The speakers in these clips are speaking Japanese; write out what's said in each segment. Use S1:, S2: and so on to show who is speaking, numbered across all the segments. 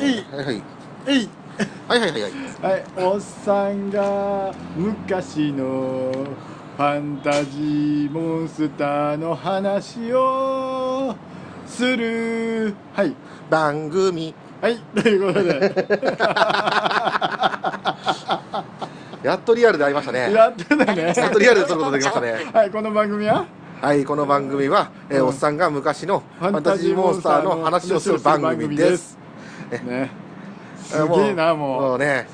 S1: えい
S2: はいはい
S1: えい
S2: はいはいはいはい
S3: はい、おっさんが昔のファンタジーモンスターの話をするはい
S2: 番組
S3: はいということ で
S2: やっとリアルで会いましたね
S3: やってたね
S2: やっとリアルで撮ることができましたね
S3: はいこの番組は
S2: はいこの番組は、えー
S3: うん
S2: おっさんが昔のファンタジーモンスターの話をする番組です
S3: ねすげえな
S2: うも
S3: も
S2: うね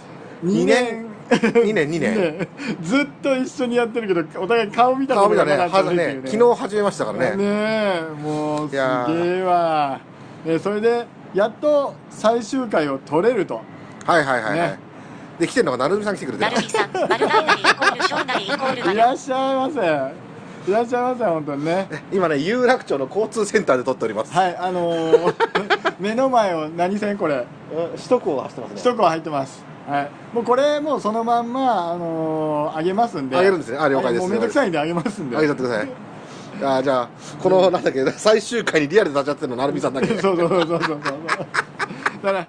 S3: う2年
S2: 2年2年
S3: ねずっと一緒にやってるけどお互い顔見た
S2: 顔
S3: こ
S2: 見
S3: と
S2: た
S3: が
S2: ね
S3: なか
S2: は
S3: った
S2: ず
S3: って
S2: ね
S3: いうね
S2: 昨日始めましたからね
S3: ねえもうす
S2: い
S3: げ
S2: やー
S3: えわ、ね、それでやっと最終回を取れると
S2: はいはいはいはい、
S3: ね
S2: で来てるのがなるみさん来てくれて
S1: な
S2: る
S1: るみさん丸ナイナイイコール庄内イコール
S3: い
S1: が
S3: ら
S1: よ
S3: っしゃいませいらっしゃいませ本当にね
S2: 今ね有楽町の交通センターで撮っております、
S3: はいあの ー目の前を何線これ
S2: 首都高を走ってま
S3: 首都高入ってますはい、もうこれもうそのまんま、あのー、あげますんで
S2: あげるんですねあ了解です
S3: はいもうめんどくさいんであげますんで
S2: あげちゃってくださいあーじゃあこのなんだっけ最終回にリアルで立ち会ってるのなるみさんだけ
S3: そうそうそうそうそうそうだから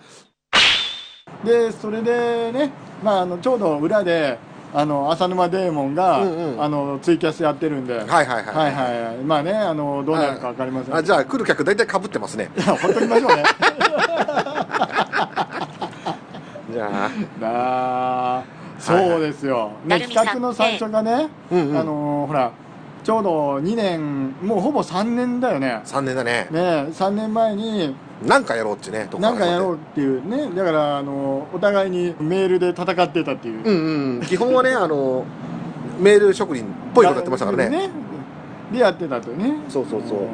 S3: でそれでね、まあ、あのちょうど裏であの浅沼デーモンが、
S2: うんうん
S3: あのツイキャスやってるんで、はい
S2: はいはいはい、
S3: はいはいまあねあのどうなるか分かりません、
S2: あじゃあ来る客大体かぶってます ね
S3: いやほっときましょうね
S2: じゃあ
S3: なあそうですよ、ね、
S1: なるみさん
S3: 企画の最初がね、
S2: うんうん
S3: あのほらちょうど2年もうほぼ3年だよね
S2: 3年だね
S3: ね3年前に
S2: なんかやろうっちねと
S3: なんかやろ
S2: う
S3: うっていうねだからあのお互いにメールで戦ってたっていう、
S2: うんうん基本はねあのメール職人っぽいことやってましたからね
S3: でやってたとね
S2: そうそうそうん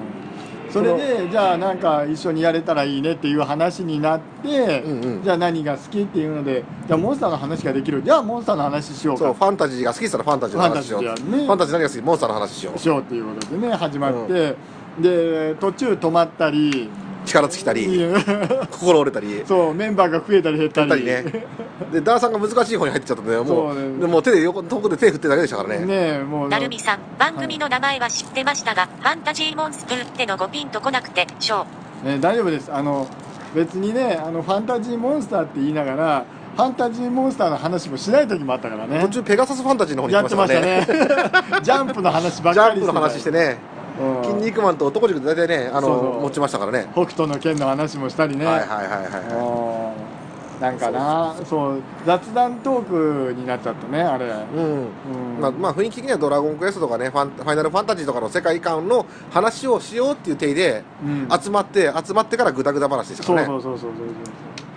S3: それでじゃあなんか一緒にやれたらいいねっていう話になって、
S2: うんうん
S3: じゃあ何が好きっていうのでじゃあモンスターの話ができるじゃあモンスターの話しよう
S2: そう
S3: か
S2: ファンタジーが好きでしたらファンタジーの話しよう
S3: ファンタジーやね
S2: ファンタジー何が好きモンスターの話しよ
S3: しようっていうことでね始まって、で途中止まったり
S2: う力尽きたり心折れたり
S3: そうメンバーが増えたり減った
S2: やった
S3: り
S2: りねでダーさんが難しい方に入ってっちゃったんでもう
S3: そうね
S2: でもう手で横遠くで手振ってるだけでしたからね
S3: ねえもう
S1: なるみさん番組の名前は知ってましたが、ファンタジーモンスターってのごピンとこなくてしょ
S3: ね、大丈夫ですあの別にねあのファンタジーモンスターって言いながらファンタジーモンスターの話もしない時もあったからね
S2: 途中ペガサスファンタジーの方に
S3: や
S2: 行
S3: っ
S2: き
S3: て
S2: ま
S3: ま
S2: し
S3: したた
S2: ね
S3: ね ジャンプの話ばっ
S2: ジ
S3: か
S2: ャン
S3: り
S2: プの話してね「
S3: うん
S2: 筋肉マン」と「男塾」で大体ねあ
S3: そう
S2: の
S3: そう
S2: 持ちましたからね
S3: 北斗の拳の話もしたりね、
S2: はいはいはいは
S3: うんなんかなそう雑談トークになっちゃったねあれ、
S2: いうん
S3: うん
S2: まあ、まあ雰囲気的には「ドラゴンクエスト」とかねファン「ファイナルファンタジー」とかの世界観の話をしようっていう体で
S3: うん
S2: 集まって、集まってからグダグダ話でしたか
S3: そ
S2: ら
S3: う
S2: ね
S3: そうそうそう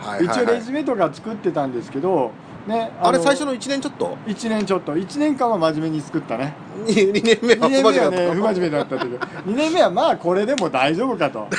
S3: そう、
S2: はいはい
S3: 一応
S2: は
S3: レ
S2: い
S3: ジュメとか作ってたんですけどね
S2: あれ最初の1年ちょっと
S3: 1年ちょっと1年間は真面目に作ったね
S2: 2, 年目
S3: 2
S2: は
S3: 年
S2: 不真
S3: 目は
S2: 面目だっ
S3: ね不真面目だったけど2年目はまあこれでも大丈夫かと
S2: た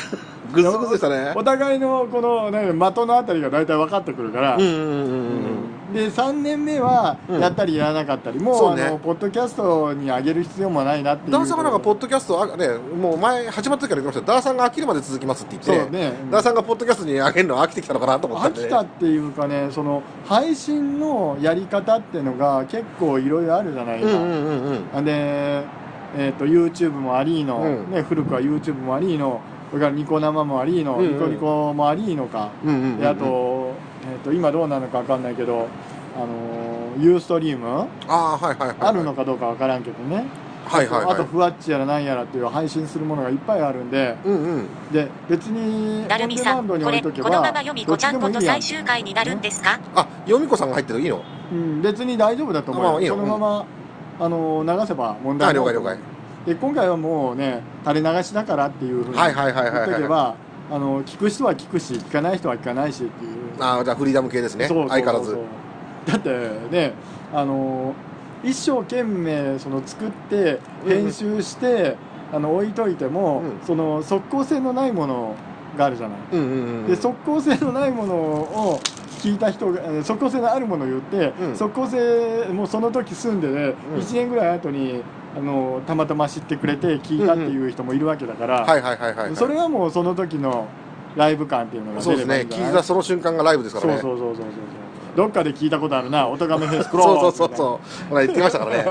S2: グズグズしたね
S3: お互いのこの、ね、的のあたりが大体分かってくるから、
S2: うんうんうんうん
S3: で3年目は
S2: うん
S3: やったりやらなかったり、もう
S2: そうね
S3: あのポッドキャストに上げる必要もないなっていう
S2: ダーさんがなんかポッドキャストあねもう前始まった時から言ってましたダーさんが飽きるまで続きますって言って
S3: そうねうん
S2: ダーさんがポッドキャストにあげるの飽きてきたのかなと思った
S3: 飽
S2: んで
S3: きたっていうかねその配信のやり方っていうのが結構いろいろあるじゃない
S2: うん
S3: か、
S2: うんうんうん
S3: で、えー、と YouTube もありの、
S2: うん
S3: ね、古くは YouTube もありのそれからニコ生もありの、
S2: うんうん
S3: ニコニコもありのか、
S2: うんうんうんうん
S3: であと,、えー、と今どうなのか分かんないけど、あのー、ユーストリーム
S2: ああはいはいはい
S3: あるのかどうか分からんけどね、
S2: はいはいはい
S3: あとふわっちやらなんやらっていう配信するものがいっぱいあるんで
S2: うんうん
S3: で別に
S1: うなるみさ
S3: オン
S1: ん
S3: デマンド
S1: こ
S3: に置
S1: れ
S3: いと
S1: こ
S3: け
S1: の
S3: ば
S1: ままよみこちゃんこ
S3: ど
S1: と
S3: っちでもいいや
S1: 最終回になるんですか
S2: あヨミコさんが入ってるいいの
S3: うん、別に大丈夫だと思うよ
S2: まあいいよ
S3: そのまま、あの流せば問
S2: あ
S3: 題
S2: 了
S3: な
S2: 解
S3: い
S2: 了解
S3: で今回はもうね垂れ流しだからっていうふうに
S2: はい
S3: 言
S2: はいはいは
S3: っ
S2: い
S3: とけ
S2: はい
S3: ばあの聞く人は聞くし聞かない人は聞かないしっていう
S2: ああじゃあフリーダム系ですね
S3: そうそうそう
S2: 相変わらず
S3: だってねあの一生懸命その作って
S2: うんうん
S3: 編集して、あの置いといても、
S2: うん
S3: その即効性のないものがあるじゃない
S2: うんうんうん
S3: で即効性のないものを聞いた人がえー即効性のあるものを言って、
S2: うん
S3: 即効性もうその時住んでね、
S2: うん
S3: 1年ぐらい後にあのたまたま知ってくれて聞いたっていう人もいるわけだから、
S2: はいはいはいはい
S3: それはもうその時のライブ感っていうのが
S2: そう
S3: 出
S2: で
S3: れ
S2: す
S3: ば
S2: ね聞
S3: いいんじ
S2: い
S3: ゃない
S2: たその瞬間がライブですからね
S3: そううそうそうそうそうどっかで聞いたことあるな「おとがめフェスクロ
S2: そう
S3: ー」
S2: そうそうそうほら言ってましたから ね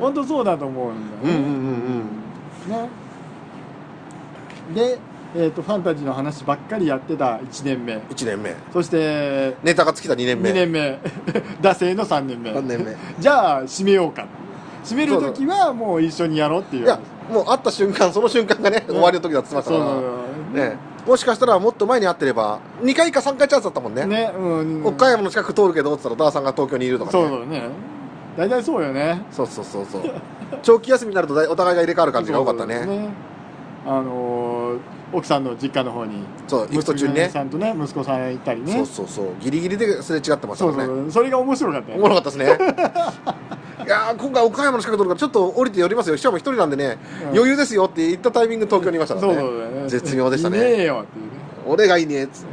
S3: 本当そうだと思うんだ
S2: うん
S3: よ
S2: う
S3: ね
S2: んうんうん
S3: ねでえー、とファンタジーの話ばっかりやってた1年目
S2: 1年目
S3: そして
S2: ネタが尽きた2
S3: 2
S2: 年目
S3: 年目 惰性の3年目
S2: 3年目
S3: じゃあ締めようか締める時はもう一緒にやろうっていう
S2: いやもう会った瞬間その瞬間がね、終わりの時だって言ってました
S3: そう
S2: から
S3: そう
S2: ねもしかしたらもっと前に会ってれば2回か3回チャンスだったもんね
S3: ねうん
S2: 岡山の近く通るけどって言ったらダーさんが東京にいるとか
S3: そう
S2: ね
S3: だね大体そうよね
S2: そうそうそうそう長期休みになるとだいお互いが入れ替わる感じが多かった
S3: そう
S2: ね
S3: ですあのー奥さんの実家の方に
S2: そう行く途中に
S3: 娘
S2: ね
S3: さんとね息子さん行ったりね
S2: そうそうそうギリギリですれ違ってました
S3: そう
S2: か
S3: そ
S2: ら
S3: う
S2: ね
S3: そうそれが面白かった
S2: お
S3: よ
S2: もろかったですね いやー今回岡山の近く通るからちょっと降りて寄りますよしかも一人なんでね、
S3: うん
S2: 余裕ですよって言ったタイミング東京にいましたか
S3: そう
S2: ら
S3: そ
S2: ね
S3: うそう
S2: 絶妙でしたね
S3: いねえよっていうね
S2: 俺がいいねっつって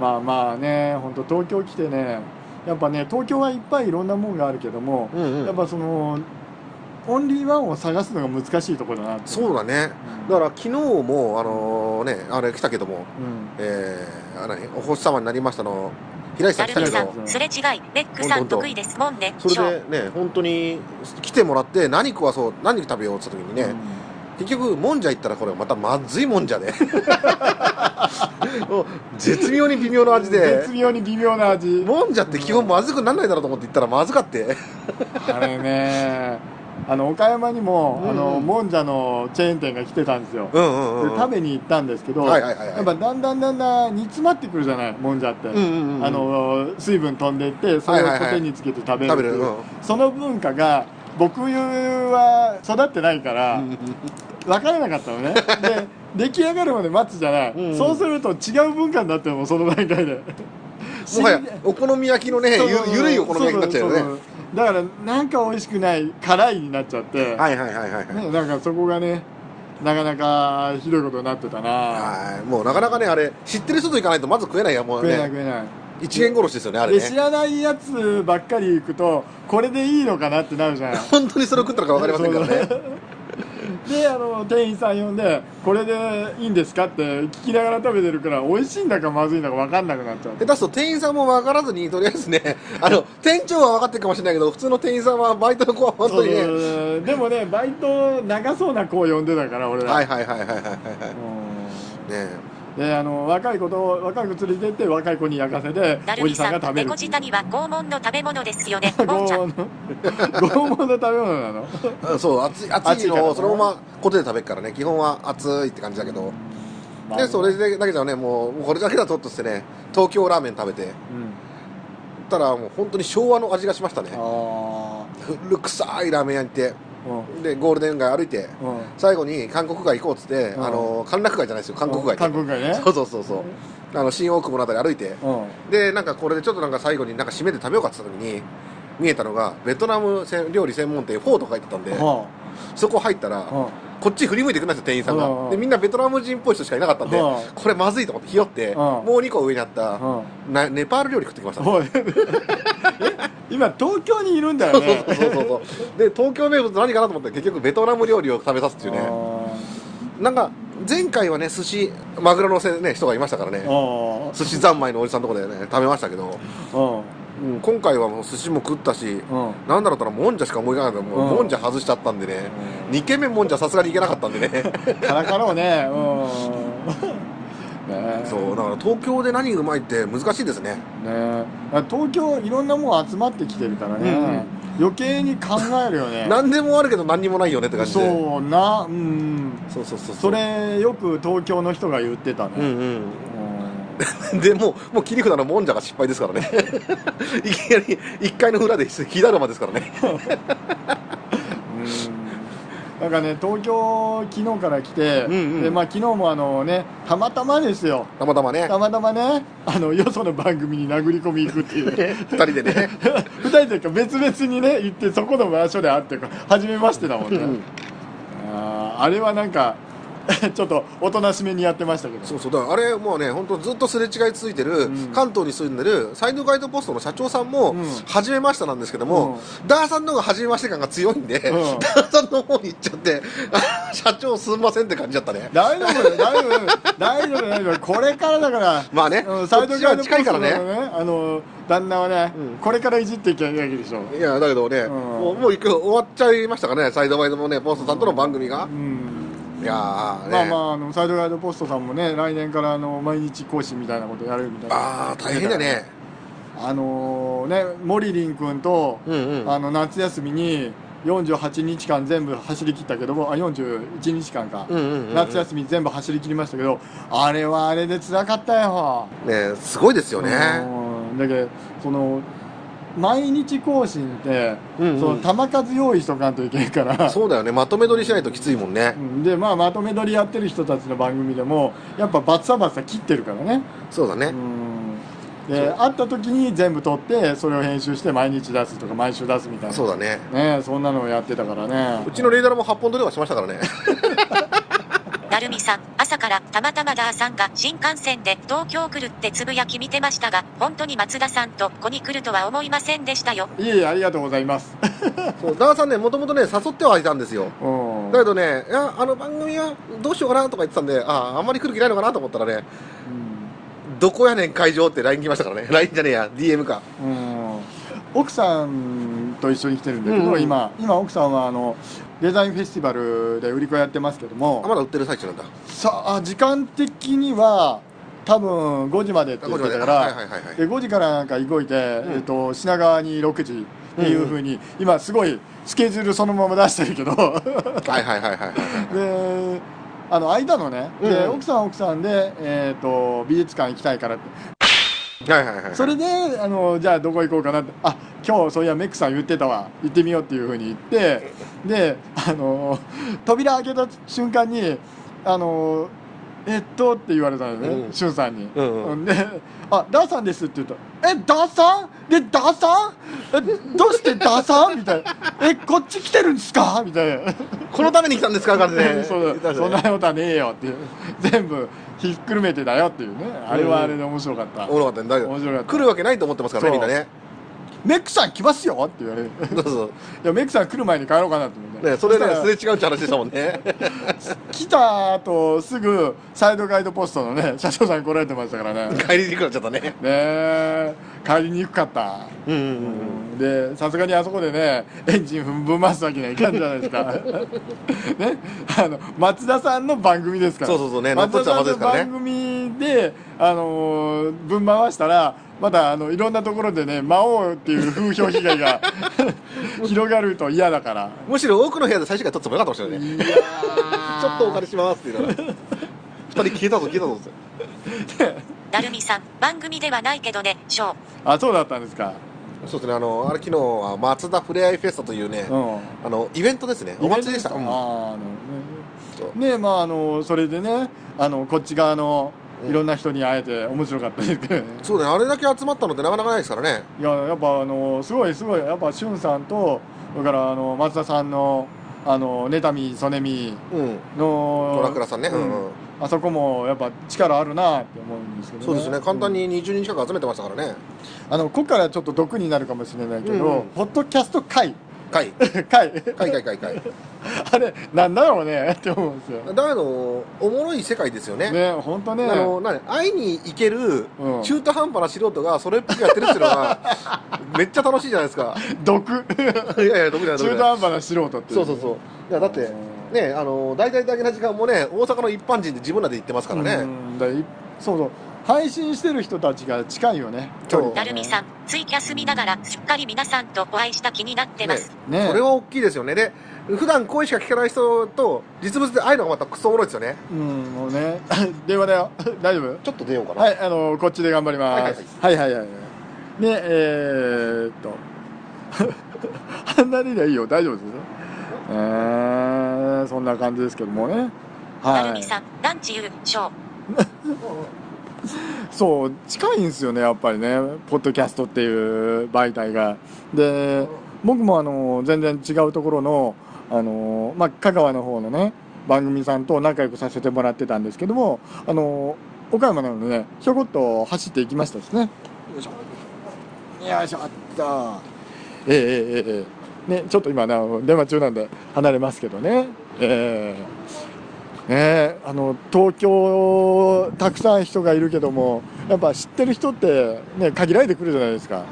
S3: まあまあね本当東京来てねやっぱね東京はいっぱいいろんなもんがあるけども、
S2: うんう
S3: やっ
S2: ん
S3: ぱそのオンリーワンを探すのが難しいところだなって
S2: そうだねだから昨日もあのーねあれ来たけども
S3: うん
S2: えー、あ何お星様になりましたの平石さ
S1: なん
S2: 来
S1: る
S2: た
S1: み
S2: け
S1: さ、
S2: ど
S3: うん
S1: すれ違い、レックさん得意ですもんね。
S2: それでね本当に来てもらって何食わそう何食べようって言った時にね、
S3: うん
S2: 結局もんじゃ行ったらこれまたまずいもんじゃ でもう絶妙に微妙な味で
S3: 絶妙に微妙な味
S2: もんじゃって基本まずくならないだろうと思って行ったらまずかって
S3: あれねあの岡山にも、
S2: うん
S3: あのもんじゃのチェーン店が来てたんですよ、
S2: うんうんうん
S3: で食べに行ったんですけど、
S2: はいはいはいはい
S3: やっぱだんだんだんだん煮詰まってくるじゃないもんじゃって、
S2: うんうんうん
S3: あの水分飛んでいってそれを
S2: はいはいはい
S3: 手につけて食べるっ
S2: 食べ
S3: てい
S2: る、
S3: う
S2: うん
S3: その文化が僕は育ってないから、分からなかったの ねで出来上がるまで待つじゃない、
S2: うん
S3: そうすると違う文化になってるもんその段階で
S2: もはやお好み焼きのね
S3: そう
S2: ゆ
S3: そうそう
S2: ゆるいお好み焼きになっちゃうよね
S3: そそそだからなんか美味しくない辛いになっちゃって、
S2: はいはいはいはいはい、
S3: ね、なんかそこがねなかなかひどいことになってたな、
S2: はいもうなかなかねあれ知ってる人と行かないとまず食えないやもう
S3: 食えない
S2: ね
S3: 食えない、
S2: 一元殺しですよねあれ
S3: で知
S2: ね
S3: らないやつばっかり行くとこれでいいのかなってな るじゃん
S2: 本当にそれを食ったのか分かりませんからね
S3: であの店員さん呼んで「これでいいんですか?」って聞きながら食べてるから美味しいんだかまずいんだか分かんなくなっちゃう
S2: 下手すると店員さんも分からずにとりあえずね あの店長は分かってるかもしれないけど普通の店員さんはバイトの子は本当にね
S3: そうそうそうでもねバイト長そうな子を呼んでたから俺ら、
S2: はいはいはいはいはいはいは
S3: う
S2: いね
S3: んであの若い子と若い子連れてって若い子に焼かせて
S1: なる
S3: おじ
S1: み
S3: さん
S1: さ
S3: が食
S1: ん、
S3: べる
S1: 猫舌には拷問の食べ物ですよね。
S3: 拷
S1: もんじゃ。
S3: 問の拷問の食べ物なの
S2: うんそう熱い熱い
S3: 熱いか
S2: の
S3: ら
S2: をそのままコテで食べるからね基本は熱いって感じだけど
S3: まあ
S2: でそれだけじゃねもうもうこれだけだとっとしてね東京ラーメン食べて
S3: うん
S2: たらもう本当に昭和の味がしましたね
S3: あ
S2: 古臭いラーメン屋に行って
S3: ーうん
S2: でゴールデン街歩いて
S3: うん
S2: 最後に韓国街行こうっつって、
S3: うん
S2: あの歓楽街じゃないですよ韓国街
S3: 韓国街ね
S2: そうそうそうそうあの新大久保のあたり歩いて
S3: うん
S2: でなんかこれでちょっとなんか最後になんか締めて食べようかって言った時に見えたのがベトナムせん料理専門店フォーとか入ってたんで
S3: は
S2: そこ入ったら
S3: あは
S2: こっち振り向いてくるんですよ店員さん
S3: うん
S2: がでみんなベトナム人っぽい人しかいなかったんで
S3: うん
S2: これまずいと思ってひよって
S3: ん
S2: もう2個上にあった
S3: あうん
S2: なネパール料理食ってきましたね
S3: おいえ今東京にいるんだ
S2: そ
S3: よ
S2: うそう
S3: ね
S2: そうそうそうで東京名物何かなと思って結局ベトナム料理を食べさすっていうねなんか前回はね寿司マグロのせ、ね、人がいましたからね
S3: あ
S2: 寿司三昧のおじさんのとこでね食べましたけど、
S3: あうん
S2: うん今回はもう寿司も食ったし、
S3: うん
S2: なんだろうったらもんじゃしか思い浮かないけどもう
S3: うん
S2: もんじゃ外しちゃったんでね、2軒目もんじゃさすがにいけなかったんでね
S3: からかろうねうんねえ
S2: そうだから東京で何うまいって難しいですね
S3: ねえ東京いろんなもん集まってきてるからね、
S2: うん
S3: 余計に考えるよね
S2: 何でもあるけど何にもないよねって感じで
S3: そうなうん
S2: そうそうそうそう
S3: それよく東京の人が言ってた
S2: う
S3: ね、
S2: ん
S3: うん
S2: うん、でもうもう切り札のもんじゃが失敗ですからね いきなり1回の裏で火だるまですからね
S3: うんなんかね東京昨日から来て、
S2: うんうん
S3: でまあ昨日もあのねたまたまですよ
S2: たまたまね
S3: たまたまねあのよその番組に殴り込み行くっていうね
S2: 2人でね
S3: 二人というか別々にね行ってそこの場所で会って初めましてだもんね、
S2: うん
S3: あーあれはなんか ちょっとおとなしめにやってましたけど
S2: そうそうだからあれもうね本当ずっとすれ違い続いてる、
S3: うん
S2: 関東に住んでるサイドガイドポストの社長さんも、
S3: うん
S2: 初めましてなんですけども、ダーさんの方が初めまして感が強いんで、
S3: うん
S2: ダーさんの方に行っちゃって あ社長すんませんって感じだったね
S3: 大丈夫だよ大丈夫大丈夫大丈夫これからだから
S2: まあね、
S3: うん
S2: そ
S3: サイ
S2: っ
S3: ド
S2: ち
S3: ガ
S2: は
S3: イドポス
S2: 近いか
S3: ト
S2: ら
S3: の
S2: ね
S3: ねあの旦那はね、
S2: うん
S3: これからいじっていけないわけでしょ
S2: いやだけどね、
S3: ん
S2: もうもう行く終わっちゃいましたかねサイドガイドのねポストさんとの番組が
S3: う、ん
S2: いやーね
S3: まあまああのサイドガイドポストさんもね来年からあの毎日更新みたいなことやるみたいな
S2: あー大変だね
S3: あのーねモリリン君と、
S2: うんうん
S3: あの夏休みに48日間全部走り切ったけどもあ41日間か、
S2: うんうんうんうん
S3: 夏休み全部走り切りましたけどあれはあれで辛かったよ
S2: ねすごいですよね
S3: うんだけどその毎日更新って、
S2: うんうん
S3: その球数用意しとかんといけんから
S2: そうだよねまとめ取りしないときついもんね
S3: うんでまあまとめ撮りやってる人たちの番組でもやっぱバッサバッサ切ってるからね
S2: そうだ
S3: う
S2: ね
S3: ん
S2: そ
S3: で
S2: う
S3: 会った時に全部撮ってそれを編集して毎日出すとか毎週出すみたいな
S2: そうだね
S3: ねそんなのをやってたからね
S2: うちのレーダーも8本撮りはしましたからね
S1: なるみさん、朝からたまたまダーさんが新幹線で東京来るってつぶやき見てましたが、本当に松田さんとここに来るとは思いませんでしたよ。
S3: いえいえありがとうございます、
S2: そうダーさんねもともとね誘ってはいたんですよ
S3: うん
S2: だけどねいやあの番組はどうしようかなとか言ってたんであああんまり来る気ないのかなと思ったらねどこやねん会場って LINE 来ましたからね LINE じゃねえや DM か
S3: うん奥さんと一緒に来てるんだけど、
S2: うんうん
S3: 今今奥さんはあのデザインフェスティバルで売り子やってますけど
S2: あ
S3: も
S2: まだ売ってる最中なんだ
S3: さあ時間的には多分5時までって言ってたから、
S2: はいはいはいはい
S3: で5時からなんか動いて、えっと品川に6時っていうふうに、今すごいスケジュールそのまま出してるけど
S2: はいはいはいはいはい
S3: であの間のね、で
S2: うん
S3: 奥さんは奥さんで、えっと美術館行きたいからって
S2: はいはいはいはい
S3: それであのじゃあどこ行こうかなってあ今日そういやメックさん言ってたわ行ってみようっていうふうに言ってであの扉開けた瞬間にあのえっとって言われたんだよね、
S2: うん
S3: しゅんさんに、
S2: うんうん
S3: んで「あダーさんです」って言うと「えダーさんでダーさんえどうしてダーさん?」みたいな「えこっち来てるんですか?」みたいな。
S2: このために来たんですから感じで
S3: そうだそんな
S2: 面
S3: ことはねえよっていう全部ひっくるめてだよっていうねあれはあれで面白かった、
S2: 白かったねだけど
S3: 面白かった
S2: 来るわけないと思ってますからねみんなね
S3: メックさん来ますよって言われる
S2: そうそう
S3: いやメックさん来る前に帰ろうかなと思って、
S2: ね、それね
S3: したら
S2: すれ違うって話でしたもんね
S3: 来た後すぐサイドガイドポストのね 社長さんに来られてましたからねね
S2: 帰りにくくなっちゃったね
S3: え帰りにくかった、
S2: うんうんうん
S3: でさすがにあそこでねエンジン踏んぶん回すわけにはいかんじゃないです かねあの松田さんの番組ですから
S2: そうそうそうね
S3: 松田さん
S2: 乗っ
S3: の
S2: 取っちゃまずいですからね
S3: 番組であのーぶん回したらまたあのいろんなところでね魔王っていう風評被害が 広がると嫌だから
S2: むしろ多くの部屋で最終回撮ってもよかったかもしれないね
S3: いや
S2: ちょっとお借りしますって言うから二人消えたぞ消えたぞって
S1: なるみさん、番組ではないけどね、ショー。
S3: あそうだったんですか
S2: そうですねあのあれ昨日は松田ふれあいフェスタというね、
S3: うん
S2: あのイベントですねお祭りでした
S3: イベ
S2: う
S3: ント
S2: ん
S3: あーあの
S2: そう
S3: ねねまああのそれでねあのこっち側のいろんな人に会えて面白かったですけどね、
S2: そうねあれだけ集まったのってなかなかないですからね
S3: いややっぱあのすごいすごいやっぱしゅんさんとそれからあの松田さんのあのネタミソネミ
S2: うん
S3: の
S2: トラクラさんね、
S3: う
S2: うんうん
S3: あそこもやっぱ力あるなって思うんですけど、
S2: そうですね簡単に20人近く集めてましたからね
S3: あのここからちょっと毒になるかもしれないけど、
S2: うんうん
S3: ポッドキャスト会
S2: 会
S3: 会
S2: 会会会会だけ
S3: あれなんだろうねって思うんですよ
S2: どおもろい世界ですよね
S3: ね本当ね
S2: あの何会いに行ける
S3: うん
S2: 中途半端な素人がそれっぽくやってるっていうの がめっちゃ楽しいじゃないですか
S3: 毒
S2: いやい やどこじゃないどこ
S3: 中
S2: じゃな
S3: 途
S2: い
S3: 半端な素人ってい
S2: そうそうそういやだってねあの大体だけな時間もね大阪の一般人で自分らで行ってますから
S3: う
S2: ね
S3: んだからいそうそう配信してる人たちが近いよね
S2: そう
S3: 距離が
S1: な
S3: ね
S1: るみさん、ツイキャス見ながらすっかり皆さんとお会いした気になってます。
S3: ね
S2: それは大きいですよねで普段声しか聞かない人と実物で会うのがまたクソおもろいですよね
S3: うんもうね 電話だよ大丈夫
S2: ちょっと出ようかな
S3: はい、あのこっちで頑張ります。はいはいはい。ねえー、っと、 離れりゃいいよ、大丈夫ですよ。えー、そんな感じですけどもね。
S1: なる
S3: は
S1: み
S3: い。
S1: さん、ランチ優勝。
S3: そう、近いんですよね、やっぱりね、ポッドキャストっていう媒体が。で、僕もあの全然違うところの、あのまあ、香川の方のね、番組さんと仲良くさせてもらってたんですけども、あの岡山なのでね、ひょこっと走っていきましたですね。よいしょあったええええええねちょっと今ねあの電話中なんで離れますけどねええねえあの東京たくさん人がいるけどもやっぱ知ってる人ってね限られてくるじゃないですか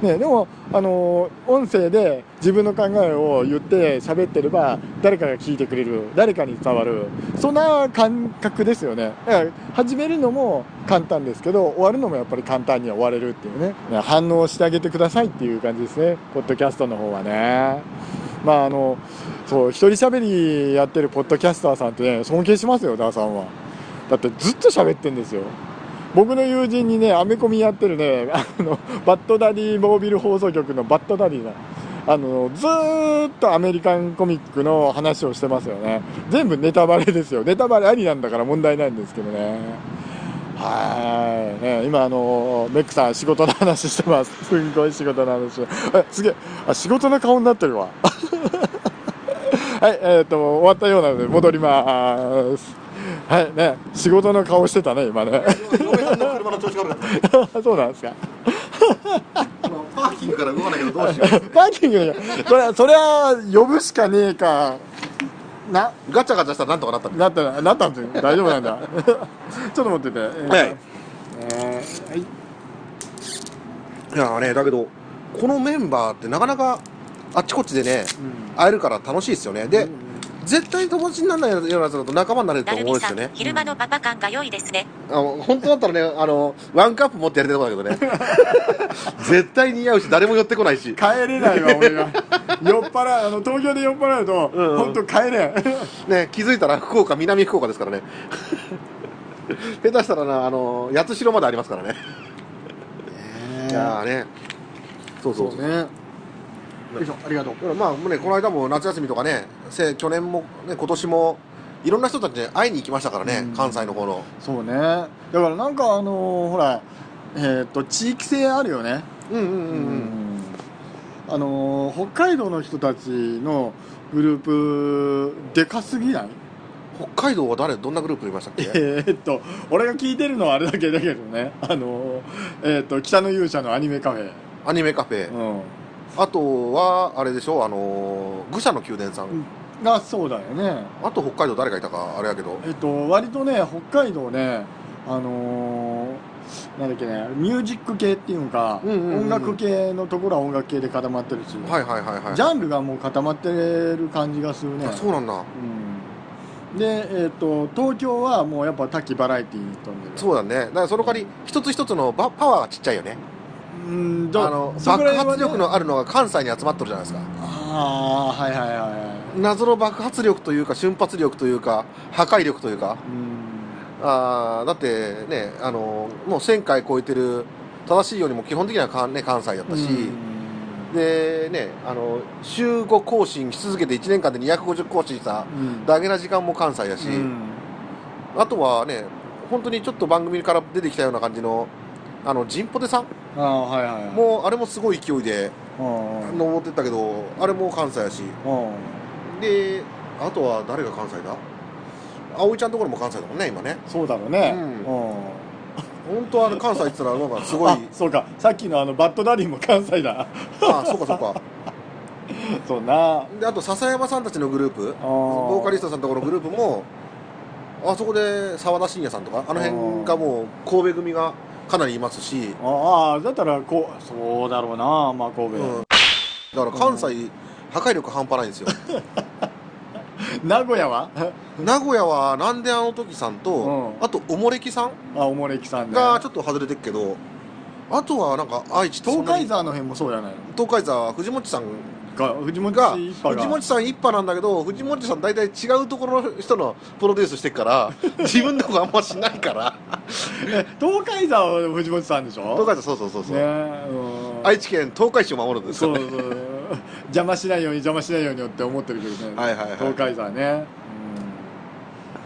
S3: ね、でも、あのー音声で自分の考えを言って喋ってれば誰かが聞いてくれる誰かに伝わるそんな感覚ですよねだから始めるのも簡単ですけど終わるのもやっぱり簡単には終われるっていうねね反応してあげてくださいっていう感じですねポッドキャストの方はねまああのそう一人喋りやってるポッドキャスターさんってね尊敬しますよダーさんはだってずっと喋ってんですよ僕の友人にねアメコミやってるねあのバッドダディモービル放送局のバッドダディなあのずーっとアメリカンコミックの話をしてますよね全部ネタバレですよネタバレありなんだから問題ないんですけどねはい、ね、今あのメックさん仕事の話してますすんごい仕事の話えすげえあ仕事の顔になってるわはいえーっと終わったようなので戻りますはいね仕事の顔してたね今ね
S2: 嫁さんの車の調子が悪かっ
S3: そうなんですか
S2: た今パーキングから動かないけどどうしよう
S3: パーキングに それはそれは呼ぶしかねえかな
S2: ガチャガチャしたらなんとかなったんだ
S3: なったななったんですよ大丈夫なんだ ちょっと待ってて
S2: はい
S3: えーはい
S2: いやーねだけどこのメンバーってなかなかあっちこっちでね会えるから楽しいですよねで、絶対友達にならないようなやつだと仲間になれると
S1: なる
S2: 思う
S1: み
S2: んです
S1: さ
S2: よね、
S1: ん昼間のパパ感が良いですね。
S2: あの本当だったらねあのワンカップ持ってやりたいとこだけど ね絶対似合うし誰も寄ってこないし
S3: 帰れないわ俺 が酔っ払うあの東京で酔っ払うと、
S2: うんうん
S3: 本 当帰れん
S2: ね、気づいたら福岡南福岡ですからね下手したらなあの八代までありますからねいやーねそうそうそう
S3: ねよいしょありがとう
S2: だからまあもうねこの間も夏休みとかねせ去年も、ね、今年もいろんな人たちに会いに行きましたからね、
S3: うん
S2: 関西の方の
S3: そうねだからなんかあのーほらえーっと地域性あるよね
S2: うんうんうんうん
S3: あのー北海道の人たちのグループでかすぎない
S2: 北海道は誰どんなグループいましたっけ
S3: えーっと俺が聞いてるのはあれだけだけどねあのーえーっと北の勇者のアニメカフェ、
S2: アニメカフェ、
S3: う
S2: あとはあれでしょあのー愚者の宮殿さん、
S3: うんん、がそうだよね
S2: あと北海道誰がいたかあれやけど
S3: えーっと割とね北海道ねあのーなんだっけねミュージック系っていうのか、
S2: うんうんうん
S3: 音楽系のところは音楽系で固まってるし、
S2: はいはいはいはい
S3: ジャンルがもう固まってる感じがするね
S2: あそうなんだ
S3: うんで、えっと東京はもうやっぱ多岐バラエティーに飛んでる
S2: そうだね。だからその代わり、一つ一つのバパワーがちっちゃいよね。
S3: うん
S2: あ
S3: ど
S2: の、
S3: そこ
S2: 爆
S3: ら辺は
S2: 発力
S3: ね
S2: のあるのが関西に集まってるじゃないですか。
S3: ああはいはいはいは
S2: 謎の爆発力というか、瞬発力というか、破壊力というか、
S3: いうん
S2: あーだってね、あの、もう1000回超えてる、正しいようにも基本的にはかんね、関西だったし、
S3: うん
S2: で、ね、あの、週5更新し続けて1年間で250更新した、
S3: うん
S2: ダゲな時間も関西だし、
S3: うん
S2: あとはね、本当にちょっと番組から出てきたような感じの、あの、ジンポテさん
S3: ああはいはいはい
S2: もう、あれもすごい勢いで、
S3: うん
S2: 登ってったけどあれも関西やし
S3: うん
S2: であとは誰が関西だ葵ちゃんのところも関西だもんね今ね
S3: そうだろうね
S2: う
S3: うんん
S2: 本当はあれ関西って言ったらなんかすごい
S3: あそうかさっきのあのバッドダディも関西だ
S2: あそうかそうか
S3: そうな
S2: であと笹山さんたちのグループボ
S3: ボ
S2: ーカリストさんのところのグループもあそこで澤田信也さんとかあの辺がもう神戸組がかなりいますし、
S3: ああだったらこうそうだろうなまあ神戸、
S2: うん、だから関西破壊力半端ないんですよ
S3: 名古屋は
S2: 名古屋はなんであの時さんと、
S3: うん
S2: あとおもれきさん
S3: あおもれきさんね
S2: がちょっと外れてるけど、あとはなんか愛知ってそ
S3: 東
S2: んな
S3: 海
S2: に
S3: 座の辺もそうじゃない
S2: 東海座藤本さん
S3: が藤本
S2: が
S3: 一派
S2: 藤
S3: が
S2: 本さん一派なんだけど藤本さん大体違うところの人のプロデュースしてっから 自分のことあんましないから
S3: 東海座は藤本さんでしょ
S2: 東海座そうそうそうそう、
S3: ねうん
S2: 愛知県東海市を守るんです
S3: そ
S2: よ
S3: う
S2: ね
S3: そうそう 邪魔しないように邪魔しないようにって思ってるけどね、
S2: はいはいはい
S3: 東海座ね、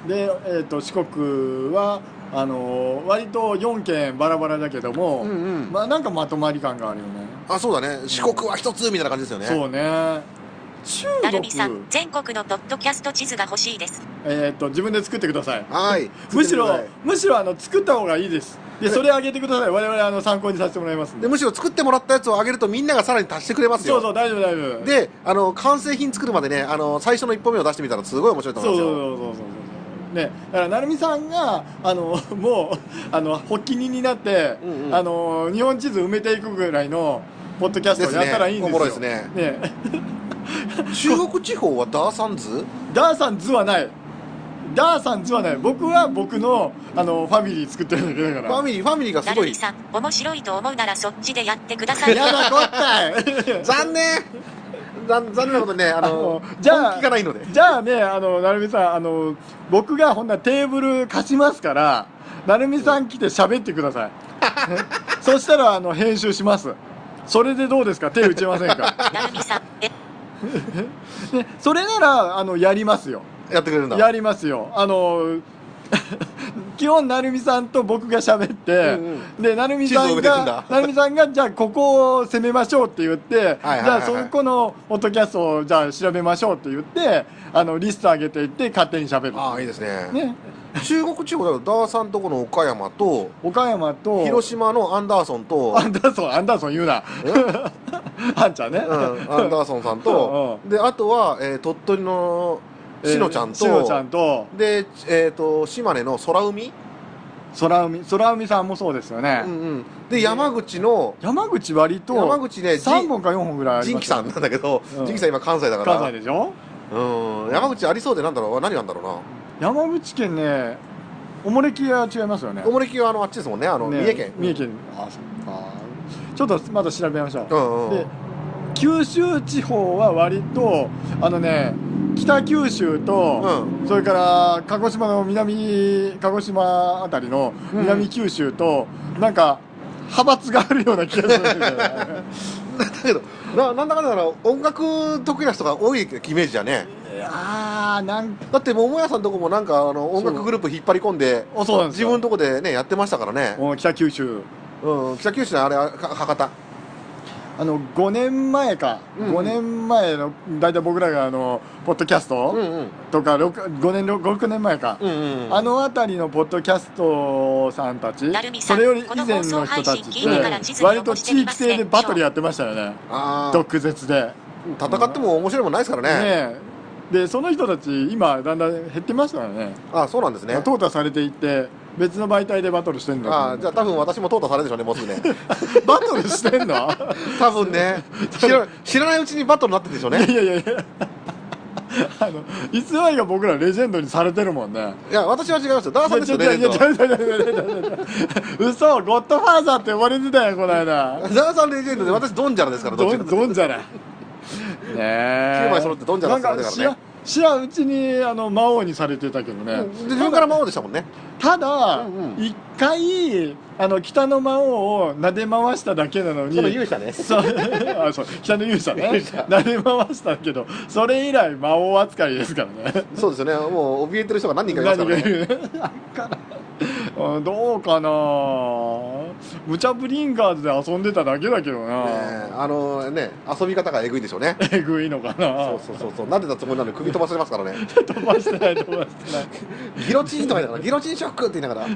S3: うんで、えー、と四国はあのー割と4県バラバラだけども、
S2: うんうん、
S3: まあ、なんかまとまり感があるよね
S2: あそうだね四国は一つみたいな感じですよね
S3: そうね中
S1: なる
S3: 国
S1: みさん、全国のポッドキャスト地図が欲しいです。
S3: えー、と自分で作ってください
S2: はい
S3: むしろ
S2: 作ってみてくださ
S3: むしろあの作った方がいいですでそれあげてください我々あの参考にさせてもらいますん
S2: いで
S3: で
S2: むしろ作ってもらったやつをあげるとみんながさらに足してくれますよ
S3: そうそう大丈夫大丈夫
S2: であの完成品作るまでねあの最初の一歩目を出してみたらすごい面白いと思い
S3: そう
S2: ます
S3: そ
S2: よ
S3: うそうそうそうね、だから成美さんがあの もうあの発起人になって、
S2: うんうん
S3: あの日本地図埋めていくぐらいのポッドキャス
S2: で
S3: ト
S2: す
S3: やったらいい
S2: ね
S3: ん
S2: お
S3: です
S2: も
S3: よ
S2: ろいですね
S3: ね
S2: 中国地方はダーサンズ
S3: ダーさん図はないダーさん図はない僕は僕のあのファミリー作ってるだけだか
S2: フ
S3: ら
S2: ァミリーファミリーがす
S1: な
S2: ご
S1: る
S2: い
S1: みさん、面白いと思うならそっちでやってください。
S3: やだこ ったい
S2: 残念残残念なことねあ
S3: あ
S2: の
S3: のじゃあ
S2: 本気がないので
S3: じゃあね、あの、なるみさん、あの、僕がほんならテーブル貸しますから、なるみさん来て喋ってくだ さい。そしたら、あの、編集します。それでどうですか手打ちませんか
S1: なるみさん、え、
S3: ね、それなら、あの、やりますよ。
S2: やってくれるんだ
S3: やりますよ。あの、 基本、なるみさんと僕が喋って、
S2: うん
S3: で、なるみさ
S2: 地図を埋
S3: ん
S2: めてくん
S3: が
S2: だ、
S3: なるみさんが、じゃあ、ここを攻めましょうって言って、
S2: はいはいはいはい
S3: じゃあ、そこのオットキャストを、じゃあ、調べましょうって言って、あの、リスト上げていって、勝手に喋る。
S2: ああいいですね
S3: ね、
S2: 中国地方だとダーさんとこの岡山と
S3: 岡山と
S2: 広島のアンダーソンと
S3: アンダーソンアンダーソン言うな
S2: え
S3: あんちゃんね、
S2: うん、アンダーソンさんと、であとは、えー鳥取の
S3: えー
S2: しのちゃんと、
S3: しのちゃんと
S2: で、えー、と島根の空海、
S3: 空海空海さんもそうですよね、
S2: うんうん、で山口の
S3: 山口割と
S2: 山口ねじ
S3: 3本か4本ぐらいあり
S2: 仁
S3: ま
S2: 木
S3: す
S2: さんなんだけど
S3: うん
S2: 仁木さん今関西だから
S3: 関西でしょ
S2: うん、山口ありそうでなんだろう何なんだろう
S3: 山口県ねおもれきは違いますよね
S2: なおもれきはあのあっちですもんねあの
S3: ね
S2: 三重県
S3: 三重県あそっかちょっとまた調べましょう
S2: うんうん
S3: で九州地方は割とあのね北九州と、それから鹿児島の南鹿児島あたりの
S2: うん
S3: 南九州と、なんか派閥があるような気がするんですよね
S2: だけどななんだかんだから音楽得意な人が多いイメージじゃね
S3: いやーなんか
S2: だって桃屋さんとこもなんかあの音楽グループ引っ張り込んで
S3: おそうなんです
S2: 自
S3: よ
S2: 分のとこでねやってましたからね、
S3: うん北九州
S2: うん、北九州のあれはか博多
S3: あの5年前か、
S2: うんうん
S3: 5年前の大体僕らがあのポッドキャス
S2: うん
S3: ト
S2: うん
S3: とか、六5年6年前か、
S2: うんうん
S3: あの辺りのポッドキャストさんたち
S1: なるみさ
S3: そ
S1: ん
S3: れより以前の人たち
S1: この放送配信聞いてから
S3: っ
S1: 地
S3: て
S1: 図に
S3: 割と
S1: 残して
S3: 地
S1: みま
S3: 域
S1: すね
S3: 性でバトルやってましたよね
S2: あー
S3: 毒舌でね
S2: 戦っても面白いもんないですからね
S3: えでその人たち今だんだん減ってましたよね
S2: あそうなんですね
S3: まあ淘汰されていって別の媒体でバトルしてんの
S2: あじゃあ多分私も淘汰されるでしょうねもうすぐね
S3: バトルしてんの
S2: 多分ね知ら知らないうちにバトルになってるでしょうね
S3: いやいやいやあのいつの間にか僕らレジェンドにされてるもんね
S2: いや私は違いますよダーさんですよ
S3: いや
S2: レ
S3: い
S2: ジェ
S3: や
S2: ン
S3: い
S2: ドは
S3: やいやいやいやいやいやいや嘘ゴッドファーザーって呼ばれてたよこの間
S2: ダーさんレジェンドで私ドンジャラですからどっちか
S3: どん
S2: というと
S3: どんじゃないねえ
S2: 9枚揃ってドンジャラって言われたからね
S3: なんか知ら知らんうちにあの魔王にされてたけどね、
S2: で自分から魔王でしたもんね
S3: ただ
S2: うんうん
S3: 一、回あの北の魔王を撫で回しただけなのに
S2: 者ね
S3: そうあそう北の勇者ね
S2: 勇者
S3: 撫で回したけどそれ以来魔王扱いですからね
S2: そうですよねもう怯えてる人が何人かいます
S3: 何
S2: から
S3: が
S2: ね
S3: 言うだからうんどうかなムチャブリンガーズで遊んでただけだけど
S2: ね
S3: な、
S2: えあのね遊び方がえぐいんでしょうね
S3: えぐいのかな
S2: そうそうそうそう撫でたつもりなのに首飛ばされますからね
S3: 飛ばしてない飛ばしてない
S2: ギロチンとか言いながらギロチンショックって言いながら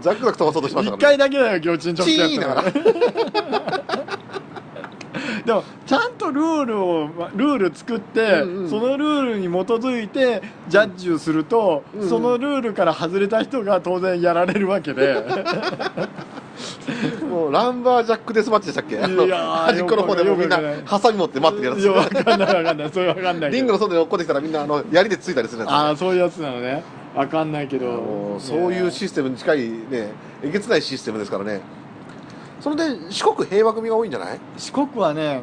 S2: ザクザク飛ば そうとしました
S3: 一
S2: から、ね、
S3: 回だけだよ、ギョチンチョッキやったから。 でも、ちゃんとルールを、まルール作って、
S2: うんうん
S3: そのルールに基づいて、ジャッジをすると、
S2: うんうん
S3: そのルールから外れた人が当然やられるわけで。
S2: もうランバージャックデスマッチでしたっけあの
S3: いやー
S2: 端っこの方でもうみんな
S3: よくわかんない
S2: ハサミ持って待ってる
S3: いや、
S2: や
S3: わかんないわかんない。それわかんない
S2: つ
S3: けど。
S2: リングの外に落っこってきたらみんなあの槍でついたりする
S3: あ
S2: や
S3: あ、そういうやつなのね。わかんないけ
S2: つ
S3: ど
S2: も。うそういう
S3: ね
S2: システムに近いねえげつないシステムですからねそれで四国平和組が多いんじゃない
S3: 四国はね、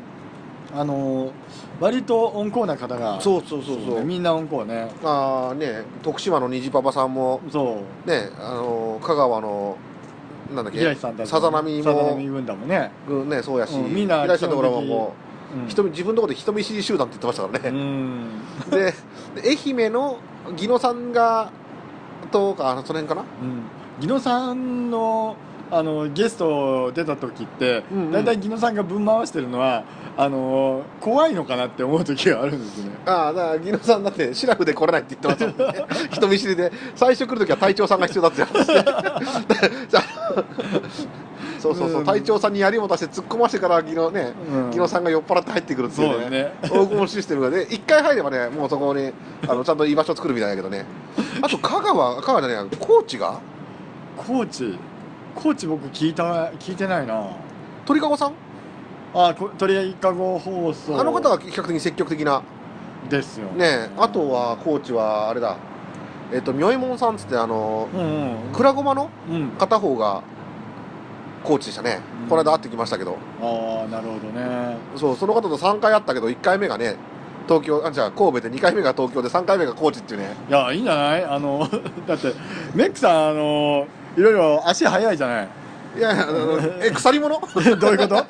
S3: あのー割と温厚な方が。
S2: うそうそう
S3: ねみんな温厚ね。
S2: ああね徳島の虹パパさんも
S3: そう。
S2: ねあの香川のなんだっ
S3: 平
S2: け
S3: 石さんたち
S2: さざ波
S3: さざ波
S2: も
S3: 軍団もね、
S2: ねそうやし、
S3: うんみんな
S2: 平井さんのところもも
S3: うん
S2: う人見自分のところで人見知り集団って言ってましたからね、
S3: うん
S2: でで愛媛の宜野さんがとかあのその辺かな
S3: うん宜野さんのあのゲスト出た時って
S2: うんうん
S3: 大体宜野さんがぶん回してるのはあの怖いのかなって思う時があるんですね
S2: ああだから宜野さんだってシラフで来れないって言ってましたもん ね人見知りで最初来るときは隊長さんが必要だって話して じゃあそうそうそううん隊長さんに槍持たせて突っ込ましてから宜野ね
S3: うん
S2: 宜野さんが酔っ払って入ってくるってい
S3: そう
S2: うね
S3: だね
S2: 黄金システムがね一回入ればねもうそこにあのちゃんと居場所作るみたいだけど ねあと香川香川じゃないや高知が
S3: コーチコーチ僕聞いた聞いてないな
S2: 鳥かごさん
S3: あこ鳥かご放送
S2: あの方は比較的に積極的な
S3: ですよ
S2: ねあとはコーチはあれだえっと妙右衛門さんっつってあの
S3: うんうん
S2: 倉駒の
S3: うん
S2: 片方がコーチでしたね
S3: うん
S2: この間会ってきましたけど
S3: ああなるほどね
S2: そうその方と3回会ったけど1回目がね東京あじゃあ神戸で2回目が東京で3回目がコーチっていうね
S3: いやいいんじゃないあの だってメックさんあのいろいろ足速いじゃない
S2: いやいやあのえ鎖 物
S3: どういうこと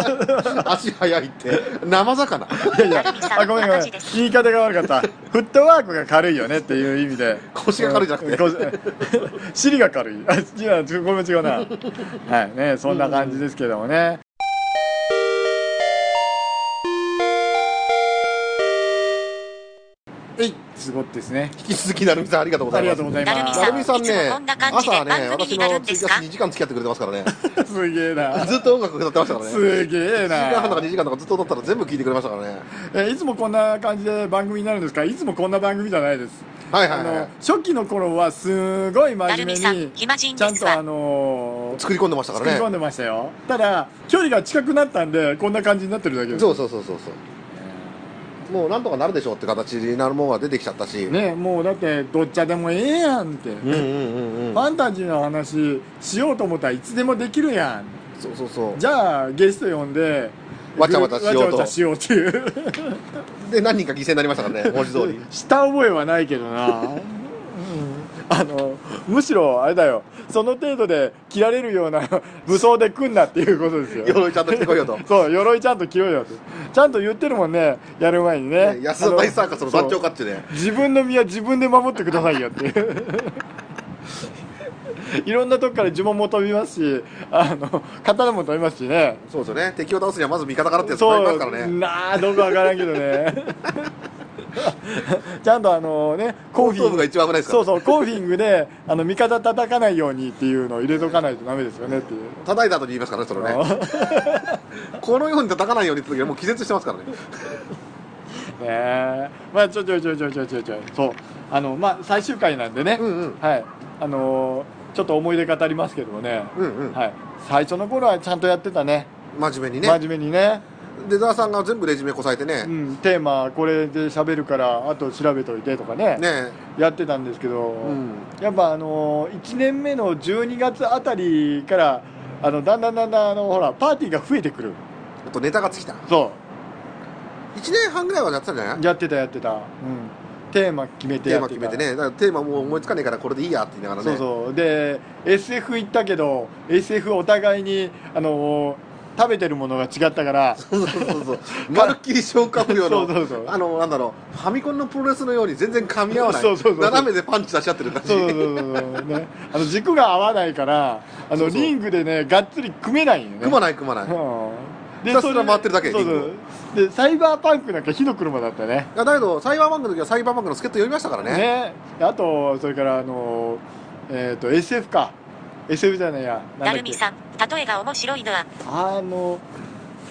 S2: 足速いって生魚
S3: いやいや
S1: 成美さん
S3: あごめんごめん
S1: 同じです
S3: 言い方が悪かったフットワークが軽いよねっていう意味で
S2: 腰が軽いじゃなくて
S3: て尻が軽いあ違うごめん違うなはいねそんな感じですけどもね、
S2: えい
S3: すごいですね
S2: 引き続き成美さんありがとうござ
S3: あ
S2: い
S3: り
S2: ます
S3: がとうござい
S1: なる
S3: ま
S1: み
S3: す
S2: 成美さん
S1: いつ
S2: ね
S1: もこんな感じで
S2: 朝ね
S1: 番組
S2: 私
S1: になる
S2: の
S1: ん
S2: ツ
S1: で
S2: イキ
S1: す
S2: ャ
S1: か
S2: ス2時間付き合ってくれてますからね
S3: すげえな
S2: ずっと音楽歌ってましたからね
S3: すげえ
S2: 1時間半とか
S3: な
S2: 2時間とかずっと歌ったら全部聞いてくれましたからね
S3: えいつもこんな感じで番組になるんですかいつもこんな番組じゃないです
S2: はいは
S3: あ
S2: いは
S3: の
S2: い
S3: 初期の頃はすごい
S1: な
S3: 真面
S1: る
S3: 目
S1: みさん
S3: に、
S1: 暇人
S3: ちゃ
S1: で
S3: ん
S1: す
S3: とあ
S1: わ。
S3: のー
S2: 作り込んでましたか
S3: 作り込
S2: ら
S3: ん
S2: ね
S3: でましたよただ距離が近くなったんでこんな感じになってるだけです
S2: そうそうそうそうそうもうなんとかなるでしょうって形になるものが出てきちゃったし、
S3: ねもうだってどっちゃでもええやんって、
S2: うんうんうんうん
S3: ファンタジーの話しようと思ったらいつでもできるやん
S2: そうそうそう
S3: じゃあゲスト呼んで
S2: わちゃわちゃしようと
S3: わちゃわちゃしようっていう
S2: で何人か犠牲になりましたから ね文字通り
S3: した覚えはないけどな、うんあのむしろあれだよその程度で切られる ような武装で来んなっていうことですよ
S2: 鎧ちゃんと来てこい よと
S3: そう鎧ちゃんと着ろよってちゃんと言ってるもんねやる前にね
S2: ね安田大サーカスの団長か
S3: そ
S2: っ
S3: う
S2: てね
S3: 自分の身は自分で守ってくださいよ っていういろんなとこから呪文も飛びますしあの刀も飛びますしね
S2: そうですよね敵を倒すにはまず味方からってやつもあ
S3: そ
S2: ります
S3: う
S2: からね
S3: なあどこかわからんけどね ちゃんとあのねコーフィ
S2: 頭部が
S3: ン
S2: 一番危ないですか
S3: そう
S2: ら
S3: そうコーフィングであの味方叩かないようにっていうのを入れとかないとダメですよねっていう
S2: 叩いた後に言いますからねそ れね このように叩かないようにって時はもう気絶してますからね
S3: ねえまあちょちょちょちょちょちょちょそうあのまあ最終回なんでね、
S2: うんうん
S3: はいあのーちょっと思い出語りますけどもね、
S2: うんうん
S3: はい、最初の頃はちゃんとやってたね
S2: 真面目にね
S3: 真面目にね、
S2: 出沢さんが全部レジュメこさえて
S3: う
S2: ね
S3: ん、テーマこれで喋るからあと調べといてとかね
S2: ね
S3: やってたんですけど、
S2: うん
S3: やっぱあのー、1年目の12月あたりからあのだんだんだんだんあのほらパーティーが増えてくる
S2: あとネタがつきた1
S3: そ
S2: 年半ぐらいはやってたんじゃないう
S3: やってたやってた、うん、テーマ決めて
S2: テ
S3: や
S2: ーマ
S3: ってた
S2: 決めてねだからテーマもう思いつかねえからこれでいいやって言いながらね
S3: そうそうで SF 行ったけど SF お互いにあのー食べてるものが違ったから
S2: そうそうそう そうまるっきり消化不良の
S3: そうそうそう
S2: あのなんだろうファミコンのプロレスのように全然噛み合わない
S3: そうそうそう
S2: 斜めでパンチ出し合ってる感じ
S3: そうそうそうそう、ね、あの軸が合わないからあ
S2: そ
S3: の
S2: うそう
S3: リングでねがっつり組めないよね
S2: 組まない組まない、
S3: うん
S2: ひたすら回ってるだけ
S3: そうそ
S2: リン
S3: うでサイバーパンクなんか火の車だったね
S2: いやだけどサイバーバンクの時はサイバーバンクの助っ人呼びましたからね
S3: ねあとそれからあのえっ、と SF か SF じゃないや
S1: な
S3: だ
S1: るみさん、例えが面白いのは、
S3: あの